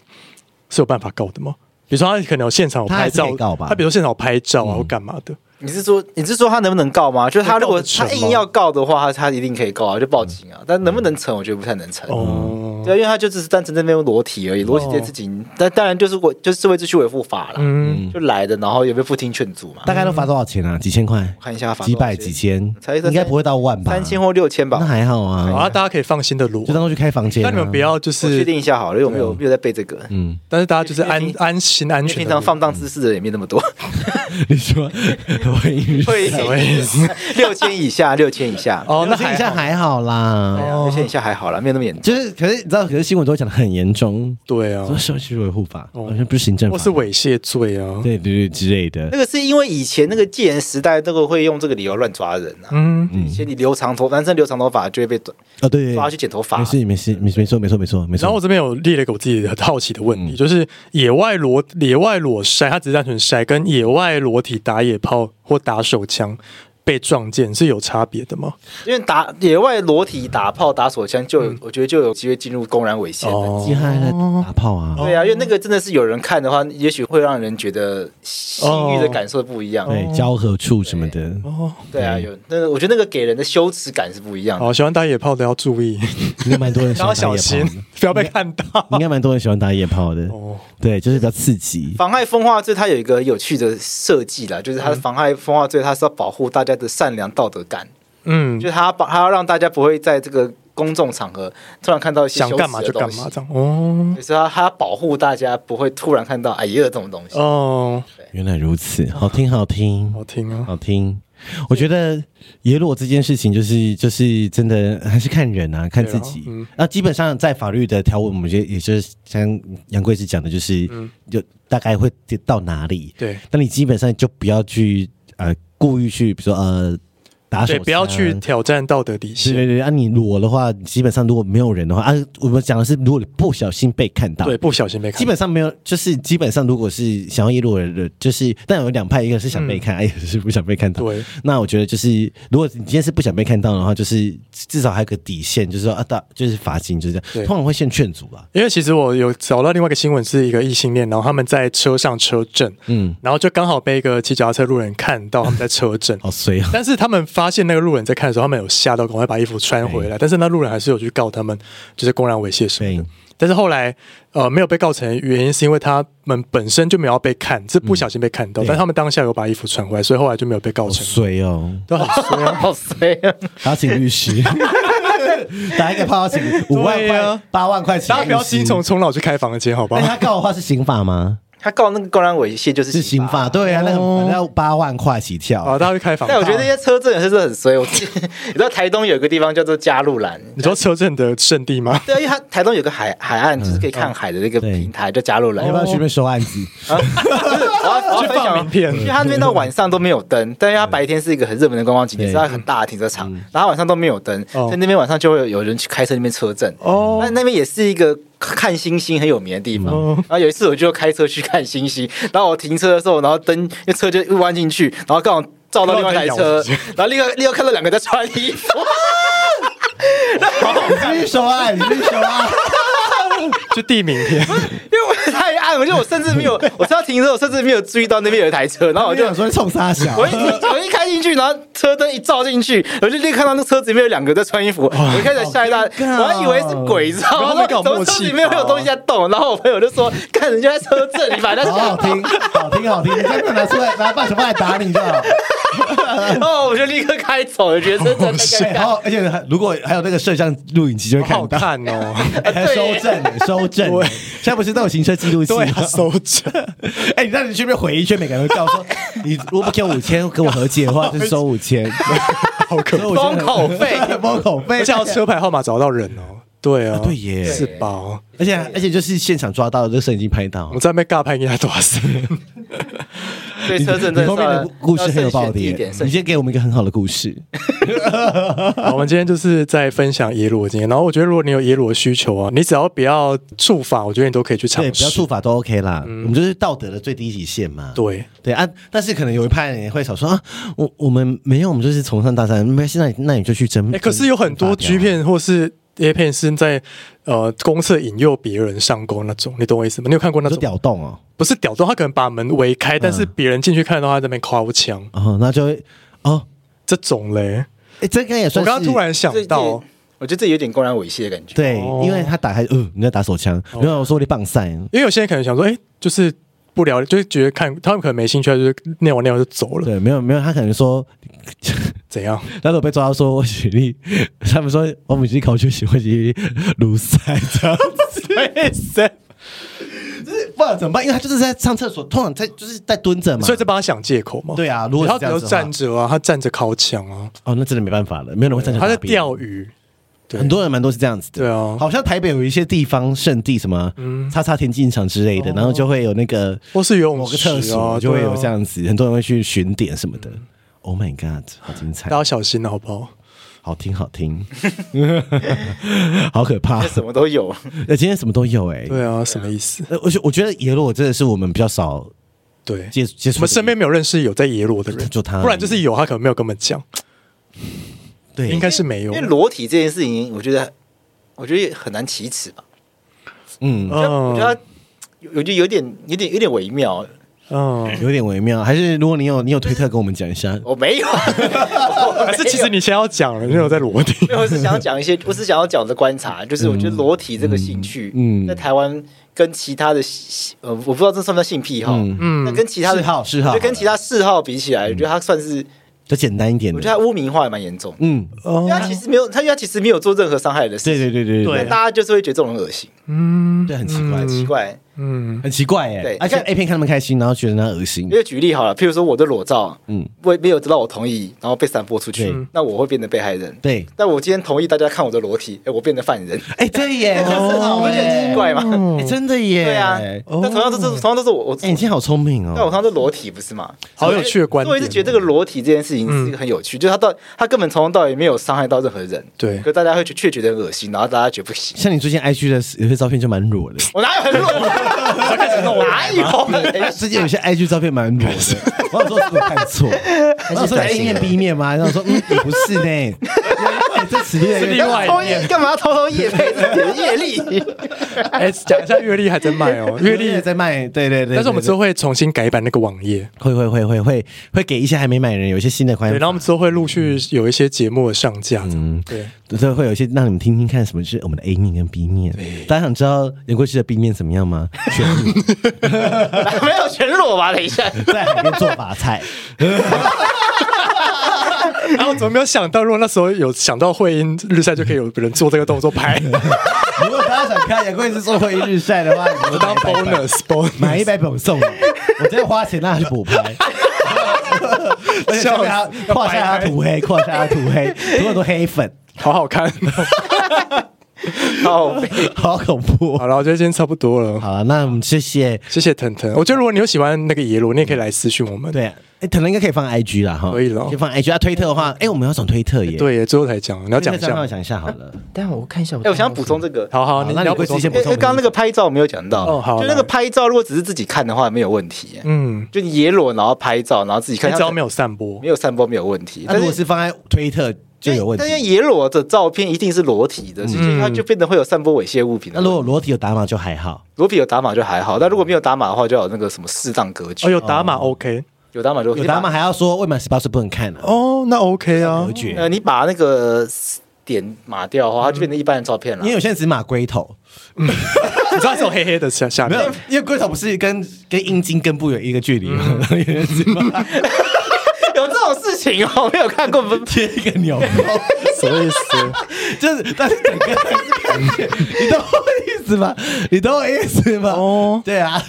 A: 是有办法告的吗？比如说他可能有现场有
B: 他还
A: 拍
B: 是可以
A: 照，
B: 告吧
A: 他比如说现场有拍照
B: 嗯
A: 啊，或干嘛的？
D: 你是说你是说他能不能告吗？就是他如果
A: 告得成
D: 他
A: 吗
D: 硬要告的话，他他一定可以告啊，就报警
B: 嗯
D: 啊。但能不能成，我觉得不太能成。
A: 哦，
D: 对啊，因为他就只是单纯在那边裸体
B: 嗯
D: 而已，裸体这件事情，但当然就是我就是为秩序维护法了，
A: 嗯，
D: 就来的，然后有没有不听劝阻嘛？
B: 大概都罚多少钱啊？几千块？
D: 看一下罚多
B: 几
D: 少
B: 百、
D: 钱
B: 几千，
D: 才
B: 应该不会到万吧？
D: 三千或六千吧
B: 那。还好
A: 好
B: 啊，
A: 啊，大家可以放心的裸
B: 就，当做去开房间啊。
A: 但你们不要就
D: 我确
A: 是，
D: 定一下好了，因为我没有没有在背这个，
B: 嗯，
A: 但是大家就是安
D: 因为平
A: 安心安
D: 因为
A: 全
D: 平
A: 的嗯
D: 常
A: 裸。
D: 放荡姿势的人也没那 么多，
B: 你说 会晕
D: 会 六千以下，六千以下，
A: 哦，那
B: 那现
A: 还
B: 在
A: 好
B: 还好啦，
D: 六千以下还好啦，没有那么严重。
B: 就是可是你知道，可是新闻都会讲的很严重，
A: 对啊
B: 说，社区维护法好像不是行政法
A: 哦或，是哎猥亵罪啊，
B: 对对对之类的
D: 那。个是因为以前那个戒严时代，那个会用这个理由乱抓人啊。
A: 嗯，
D: 以前你留长头，男生留长头发就会被抓
B: 哦，对对，
D: 抓去剪头发
B: 没。事没事没事没错没错没错没错。
A: 然后我这边有列了一个我自己很好奇的问题，就是野外裸野外裸晒，它只是单纯晒，跟野外裸体打野炮或打手枪被撞见是有差别的吗？
D: 因为打野外裸体打炮、打手枪，就有、我觉得就有机会进入公然猥亵
A: 嗯
D: 的。
A: 哦
B: 厉害打炮啊，
D: 对啊，因为那个真的是有人看的话，也许会让人觉得性欲的感受不一样。
B: 对交合处什么的，
A: 哦，
D: 对啊，有那个，我觉得那个给人的羞耻感是不一样的。
A: 好，喜欢哦打野炮的要注意，
B: 应该蛮多人喜
A: 然 后
B: 欢打
A: 哦小
B: 野
A: 心
B: 炮的，
A: 不要被看到。
B: 应该蛮多人喜欢打野炮的。
A: 哦，
B: 对，就是比较刺激。
D: 妨害风化罪它有一个有趣的设计啦，就是它
A: 嗯
D: 妨害风化罪，它是要保护大家的善良道德感，
A: 嗯
D: 就，是它把它要让大家不会在这个公众场合突然看到一些
A: 想干嘛
D: 羞耻
A: 就
D: 的
A: 干
D: 东西
A: 嘛，这样。哦
D: 就是它它保护大家不会突然看到哎呀这种 东西。
A: 哦，
B: 原来如此，好听好听
A: 好听啊。
B: 好听。我觉得野裸这件事情，就是就是真的还是看人啊，看自己。
A: 嗯
B: 那、基本上在法律的条文，我们觉得也就是像杨贵志讲的，就是、就大概会到哪里。
A: 嗯对
B: 但你基本上就不要去呃故意去，比如说呃打手
A: 对，
B: 枪，
A: 不要去挑战道德底
B: 对
A: 线。
B: 对对，啊，你裸的话，基本上如果没有人的话，啊，我们讲的是，如果你不小心被看到，
A: 对，不小心被看到。
B: 基本上没有，就是基本上如果是想要一路的，就是但有两派，一个是想被看，哎、一个是不想被看到。
A: 嗯对，
B: 那我觉得就是，如果你今天是不想被看到的话，就是至少还有个底线，就是说啊，大就是罚金就是这
A: 对
B: 样，通常会先劝阻啊吧。
A: 因为其实我有找到另外一个新闻，是一个异性恋，然后他们在车上车震，
B: 嗯，，
A: 然后就刚好被一个骑脚踏车路人看到他们在车震
B: 好衰啊，
A: 但是他们发现那个路人在看的时候，他们有吓到，赶快把衣服穿回来。但是那路人还是有去告他们，就是公然猥亵什么
B: 对
A: 的。但是后来，呃，没有被告成，的原因是因为他们本身就没有要被看，是不小心被看到，
B: 对
A: 但他们当下有把衣服穿回来，所以后来就没有被告
B: 好
A: 成。
B: 衰哦，
A: 都很衰啊
D: 好衰啊！
B: 还要请 律师，打一个炮要请五万
A: 对
B: 块
A: 啊、
B: 八万块请律
A: 大
B: 师，
A: 家不要精虫冲脑去开房间，好不
B: 哎。
A: 好？
B: 他告的话是刑法吗？
D: 他告那个公然猥亵就是
B: 是刑法，。对啊，那个
A: 哦
B: 反正要八万块起跳
A: 啊，。大家去开房。
D: 但我觉得那些车震也是很衰。我记 你知道台东有个地方叫做嘉路兰，
A: 你说车震的圣地吗？
D: 对啊，因为它台东有个海海岸，
A: 嗯
D: 就是可以
A: 哦
D: 看海的那个
B: 对
D: 平台叫嘉路兰
B: 哎要。不要随便收案 子？
D: 我要我要
A: 去
D: 分享
A: 放名片
D: 因为它那边到晚上都没有灯，但是它白天是一个很热门的观光景点，
B: 对
D: 是它很大的停车场，然后它晚上都没有灯，
A: 嗯哦
D: 所以那边晚上就会有有人去开车那边车震。
A: 哦嗯
D: 那那边也是一个看星星很有名的地方。然后有一次我就开车去看星星，然后我停车的时候，然后灯因为车就弯进去，然后刚好照到另外一台车，然后另外另外看到两个在穿衣服。
B: 你继续收案，你继续收案。
A: 就递名片，
D: 因为我太暗，我就我甚至没有，我车要停车，我甚至没有注意到那边有一台车，然后
B: 我
D: 我就
B: 就想说冲沙小，
D: 我一 我一开进去，然后车灯一照进去，我就立刻看到那车子里面有两个在穿衣服，我一开始吓一大，
B: 哦
D: 我还以为是鬼，你知道吗？
A: 然后搞
D: 怎么
A: 默
D: 车
A: 契
D: 子里面会有东西在动？然后我朋友就说：“ 看人家在车这里，把人家
B: 好好
D: 吓到。
B: 听，好听，好听。你真的拿出来，拿半小棒来打你，你知道吗？”
D: 然后哦我就立刻开走了，觉得真的太尴
B: 哎对，然
D: 尬。
B: 后而且还如果还有那个摄像录影机，就会
A: 好
B: 看到。
A: 看哦。
B: 哎还收证，收证。
A: 对
B: 现在不是都有行车记录 器
A: 对
B: 吗
A: 啊，？手指。
B: 哎，你让你去那边回一圈，每个人都告说，你如果不给我五千，跟我和解的话，就收五千，
A: 好可怕！
D: 封口费，
B: 封口费
A: 而且。要车牌号码找到人哦。哎对啊，
B: 对耶
A: 是吧？
B: 而且而且就是现场抓到，这个摄影机拍 到
A: 我，在那边尬拍给他多少次？
D: 对车震
B: 你
D: 震
B: 后面的故事很有爆
D: 一
B: 点
D: 点，，慎
B: 你
D: 选
B: 先给我们一个很好的故事。
A: 好我们今天就是在分享耶鲁的经验，然后我觉得如果你有耶鲁的需求啊，你只要不要触法，我觉得你都可以去尝
B: 对，不要
A: 试嗯
B: 触。法都 OK 啦，我们就是道德的最低底线嘛。
A: 对，
B: 对啊，但是可能有一派人也会想说啊，我我们没有，我们就是崇尚大自然，没关系，那你那你就去争。
A: 哎，可是有很多
B: 争法条
A: G 片或是 A 片是在呃公厕引诱别人上钩那种，你懂我意思吗？你有看过那
B: 你说
A: 种？
B: 屌动哦，
A: 不是屌动，他可能把门围开，但是别人进去看到他在那边敲墙，
B: 哦，那就会哦，
A: 这种嘞。
B: 哎，这应该也
A: 我
B: 算是。
A: 刚刚突然想
D: 这
A: 到，
B: 哦
D: 我觉得这有点公然猥亵的感觉。
B: 对
A: 哦，
B: 因为他打开，嗯，你在打手枪，没有我说你棒赛，
A: 因为有些人可能想说，哎、就是不了，就是觉得看他们可能没兴趣，他就是念完念完就走了，
B: 对，没有没有，他可能说，
A: 怎样？
B: 那时候被抓到说我学历， 他们说哦我母亲考就喜欢学鲁塞这样 子，就是不然怎么办？因为他就是在上厕所，通常在就是在蹲着嘛，
A: 所以在帮他想借口嘛。
B: 对啊如果是
A: 他
B: 这
A: 比
B: 样
A: 如
B: 子的话
A: 站着啊，他站着烤墙啊，
B: 哦，那真的没办法了，没有人会站起来
A: 他在
B: 打别人
A: 钓鱼，对
B: 很多人蛮多是这样子的，
A: 对啊
B: 好像台北有一些地方圣地什么，叉叉田径场之类的，然后就会有那个
A: 哦或是游泳
B: 某个
A: 池
B: 厕
A: 啊，
B: 所就会
A: 对啊嗯
B: 有这，样子，很多人会去巡点什么的。Oh my god，好精彩
A: 大，家小心了好不好？
B: 好听好听， 好可怕！哦
D: 什么都有，
B: 那呃今天什么都有哎，
A: 对啊，什么意思？
B: 呃，而且我觉得耶鲁真的是我们比较少
A: 对，
B: 接接触的，
A: 我们身边没有认识有在耶罗的人，
B: 就他而已
A: 不然就是有，他可能没有跟我们讲，
B: 对
A: 应该是没
D: 因
A: 有
D: 为。裸体这件事情，我觉得我觉得很难启齿吧。
B: 嗯
D: 我觉得它我觉得有点有点有点微妙。
A: 嗯，
B: 有点微妙，还是如果你有你有推特跟我们讲一下，
D: 我没有，啊我
A: 还是其实
D: 没
A: 你先要讲了，因为我在裸 体。
D: 有，没有我是想要讲一些，我是想要讲我的观察，就是我觉得裸体这个兴趣，
B: 嗯嗯嗯
D: 在台湾跟其他的性呃，我不知道这算不算性癖好，
B: 嗯
D: 嗯，但跟其他的
B: 嗜好嗜好
D: 就跟其他嗜好比起来，我觉得它算是，
B: 就简单一点
D: 我
B: 的
D: 觉，得它污名化也蛮严重的，
B: 嗯，
A: 哦
D: 因为它其实没有，它因为它其实没有做任何伤害的事情，
B: 对对对对
D: 但大家就是会觉得这种很恶心，
A: 嗯，
B: 对，很奇怪，
D: 奇怪。
A: 嗯，
B: 很奇怪哎、
D: 对
B: 而且
D: 你看
B: A 片看他们开心，然后觉得他恶心
D: 因，为举例好了，譬如说我的裸照，
B: 嗯
D: 嗯，我没有得到我同意，然后被散播出去
B: 对，
D: 那我会变得被害人。
B: 对，
D: 但我今天同意大家看我的裸体，哎，我变得犯人，
B: 哎、对耶，
D: 这很好
B: 哦
D: 我觉得很奇怪嘛。
B: 哎真的耶，
D: 对啊，
A: 哎
B: 哦
D: 那同样都是同样都是我我，
B: 哎、你今天好聪明哦，
D: 但我同样是裸体不是吗？
A: 好有趣的观点哦嗯
D: 所以我一直觉得这个裸体这件事情是一个很有趣，就是他到他根本从头到尾没有伤害到任何人，
A: 对
D: 可大家会觉却觉得很恶心，然后大家觉得不行。
B: 像你最近 IG 的有些照片就蛮裸的，
D: 我哪有很裸？ 我开始弄，我哪有？
B: 哎最近有些 IG 照片蛮裸的，我想说是不是看错，我想说
C: 转
B: 是 A
C: 型
B: 面 B 面吗？然后说嗯，也不 是呢，哎这尺度有点
A: 另外
D: 偷
A: 一
D: 夜
A: 面，
D: 干嘛偷偷夜配自己的业力？
A: 哎，讲一下阅历还在卖哦，阅
B: 阅
A: 历
B: 历在卖，对对对对，
A: 但是我们之
B: 对
A: 后会重新改版那个网页，
B: 会会会会会会给一些还没买的人有一些新的
A: 对，
B: 观
A: 然后我们之后会陆续有一些节目的上架，哎嗯，对，
B: 所以会有一些让你们听听看什么是我们的 A 面跟 B 面。大家想知道连过去的 B 面怎么样 吗？全裸
D: 没有全裸吧？等一下，
B: 在海边做法菜，
A: 然后我怎么没有想到，如果那时候有想到会阴日晒就可以有人做这个动作 拍，
B: 如果大家想看杨贵是做会日晒的话，你
A: 我
B: 们
A: 当 bonus bonus，
B: 买一百本送你，我真的花钱让他去补拍。而且下面还要胯下还要涂黑，胯下还要涂黑，涂很多黑粉，
A: 好好看。
D: 好悲
B: 好恐怖哦
A: 好。了，我觉得今天差不多了，
B: 好了，那我们谢谢。
A: 谢谢腾腾。我觉得如果你有喜欢那个耶罗，你也可以来私讯我们。
B: 对，哎，可能应该可以放 IG 啦，哈，
A: 可以了
B: 就放 IG 啊。推特的话，哎，我们要讲推特耶，，
A: 对耶，最后才讲，你要讲一下。
B: 讲一下好了。
C: 但我看一下，
D: 哎、我想补充这个，
A: 好好，
B: 好
A: 你
B: 那你
A: 要
B: 会
A: 补充
B: 自己先
D: 因为
B: 补充
D: 刚刚那个拍照没有讲到，
A: 哦好
D: 就那个
A: 来
D: 拍照，如果只是自己看的话没有问题，
A: 嗯，
D: 就你野裸然后拍照，然后自己
A: 你
D: 看，
A: 只要没有散播
D: 没，有散播没有问题，
B: 那如果是放在推特就有问
D: 但因为
B: 题。嗯
D: 野裸的照片一定是裸体的，所以它就变得会有散播猥亵物品的
B: 那
D: 问题。
B: 如果裸体有打码就还好，
D: 裸体有打码就还好，但如果没有打码的话，就要有那个什么适当格局。
A: 哦，有打码 OK，
D: 有打码就
B: 有打码，还要说未满十八岁不能看啊，
A: 哦，那 OK 啊
B: 隔，绝。
D: 呃，你把那个点码掉的话，它就变成一般的照片了
B: 因为。有些人只码龟头，
A: 你知道是有黑黑的下下
B: 没
A: 面
B: 有，，因为龟头不是跟跟阴茎根部有一个距离吗？然 后有人只码
D: 有这种事情哦，没有看过。
B: 贴一个纽扣，
A: 什么意思？
B: 就是 但是整个还是看见你懂我意思吗？你懂我意思吗？
A: 哦
B: 对 啊，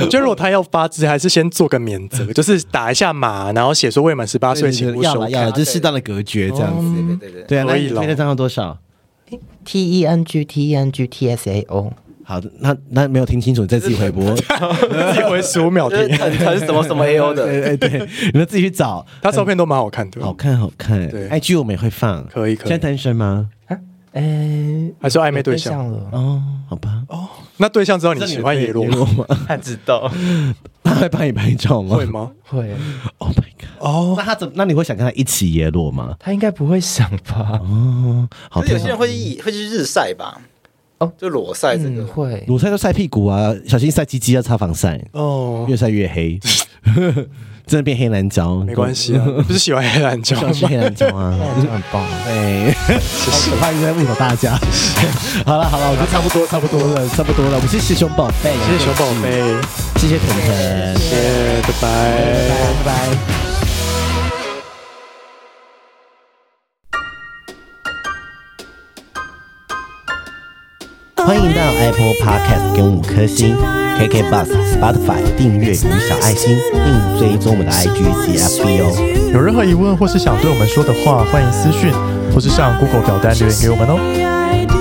A: 我觉得如果他要发字，还是先做个免责， 就是打一下码，然后写说未满十八岁请勿
B: 要
A: 收
B: 了要
A: 看
B: 了，。就是适当的隔绝这样子。
D: 对对对对，
B: 对啊，那
A: 可
B: 你
A: 以了
B: 推特账号多少？
C: T E N G T E N G T S A O，
B: 好，那那没有听清楚，你再自己 回播。
A: 自己回十五秒
D: 就是
A: 听，
D: 很很什么什么 A O 的，
B: 对对对，你们自己去找。
A: 他照片都蛮好看的，
B: 好看好看
A: 对
B: ，IG 我们也会放，
A: 可以可以
B: 现在单身吗？
C: 哎、
A: 还是暧昧对
C: 对
A: 象。
C: 象了，
B: 哦，好吧，
A: 那对象知道你喜欢野罗吗？
B: 吗？
D: 他知道。
B: 他会帮你拍照吗？
A: 会吗？
C: 会，
B: ？Oh my god！
A: 哦，
B: 那他怎？那你会想跟他一起耶落吗？
C: 他应该不会想吧？
B: 哦，好
D: 可是有些
B: 听
D: 人。会以会去日晒吧？
C: 哦
D: 就裸晒这个
C: 嗯，。会，
B: 裸晒就晒屁股啊，小心晒鸡鸡要擦防晒，
A: 哦，
B: 越晒越黑，真的变黑蓝胶。
A: 没关，系啊，不是喜欢黑暗胶
B: 小心
A: 吗？
B: 黑蓝胶啊。
C: 这样很棒。
B: 对，好可怕，又在误导大家。 好了好了，我觉得差不多差不多了，差不多了。我们是师兄宝贝，
A: 谢谢小宝贝，
B: 谢谢腾腾。
A: 谢谢，拜拜。
B: 拜拜。欢迎到 Apple Podcast 给我们五颗星，KK Bus、Spotify 订阅与小爱心，并追踪我们的 IG 及 FB 哦。
A: 有任何疑问或是想对我们说的话，欢迎私讯或是上 Google 表单留言给我们哦。
F: I do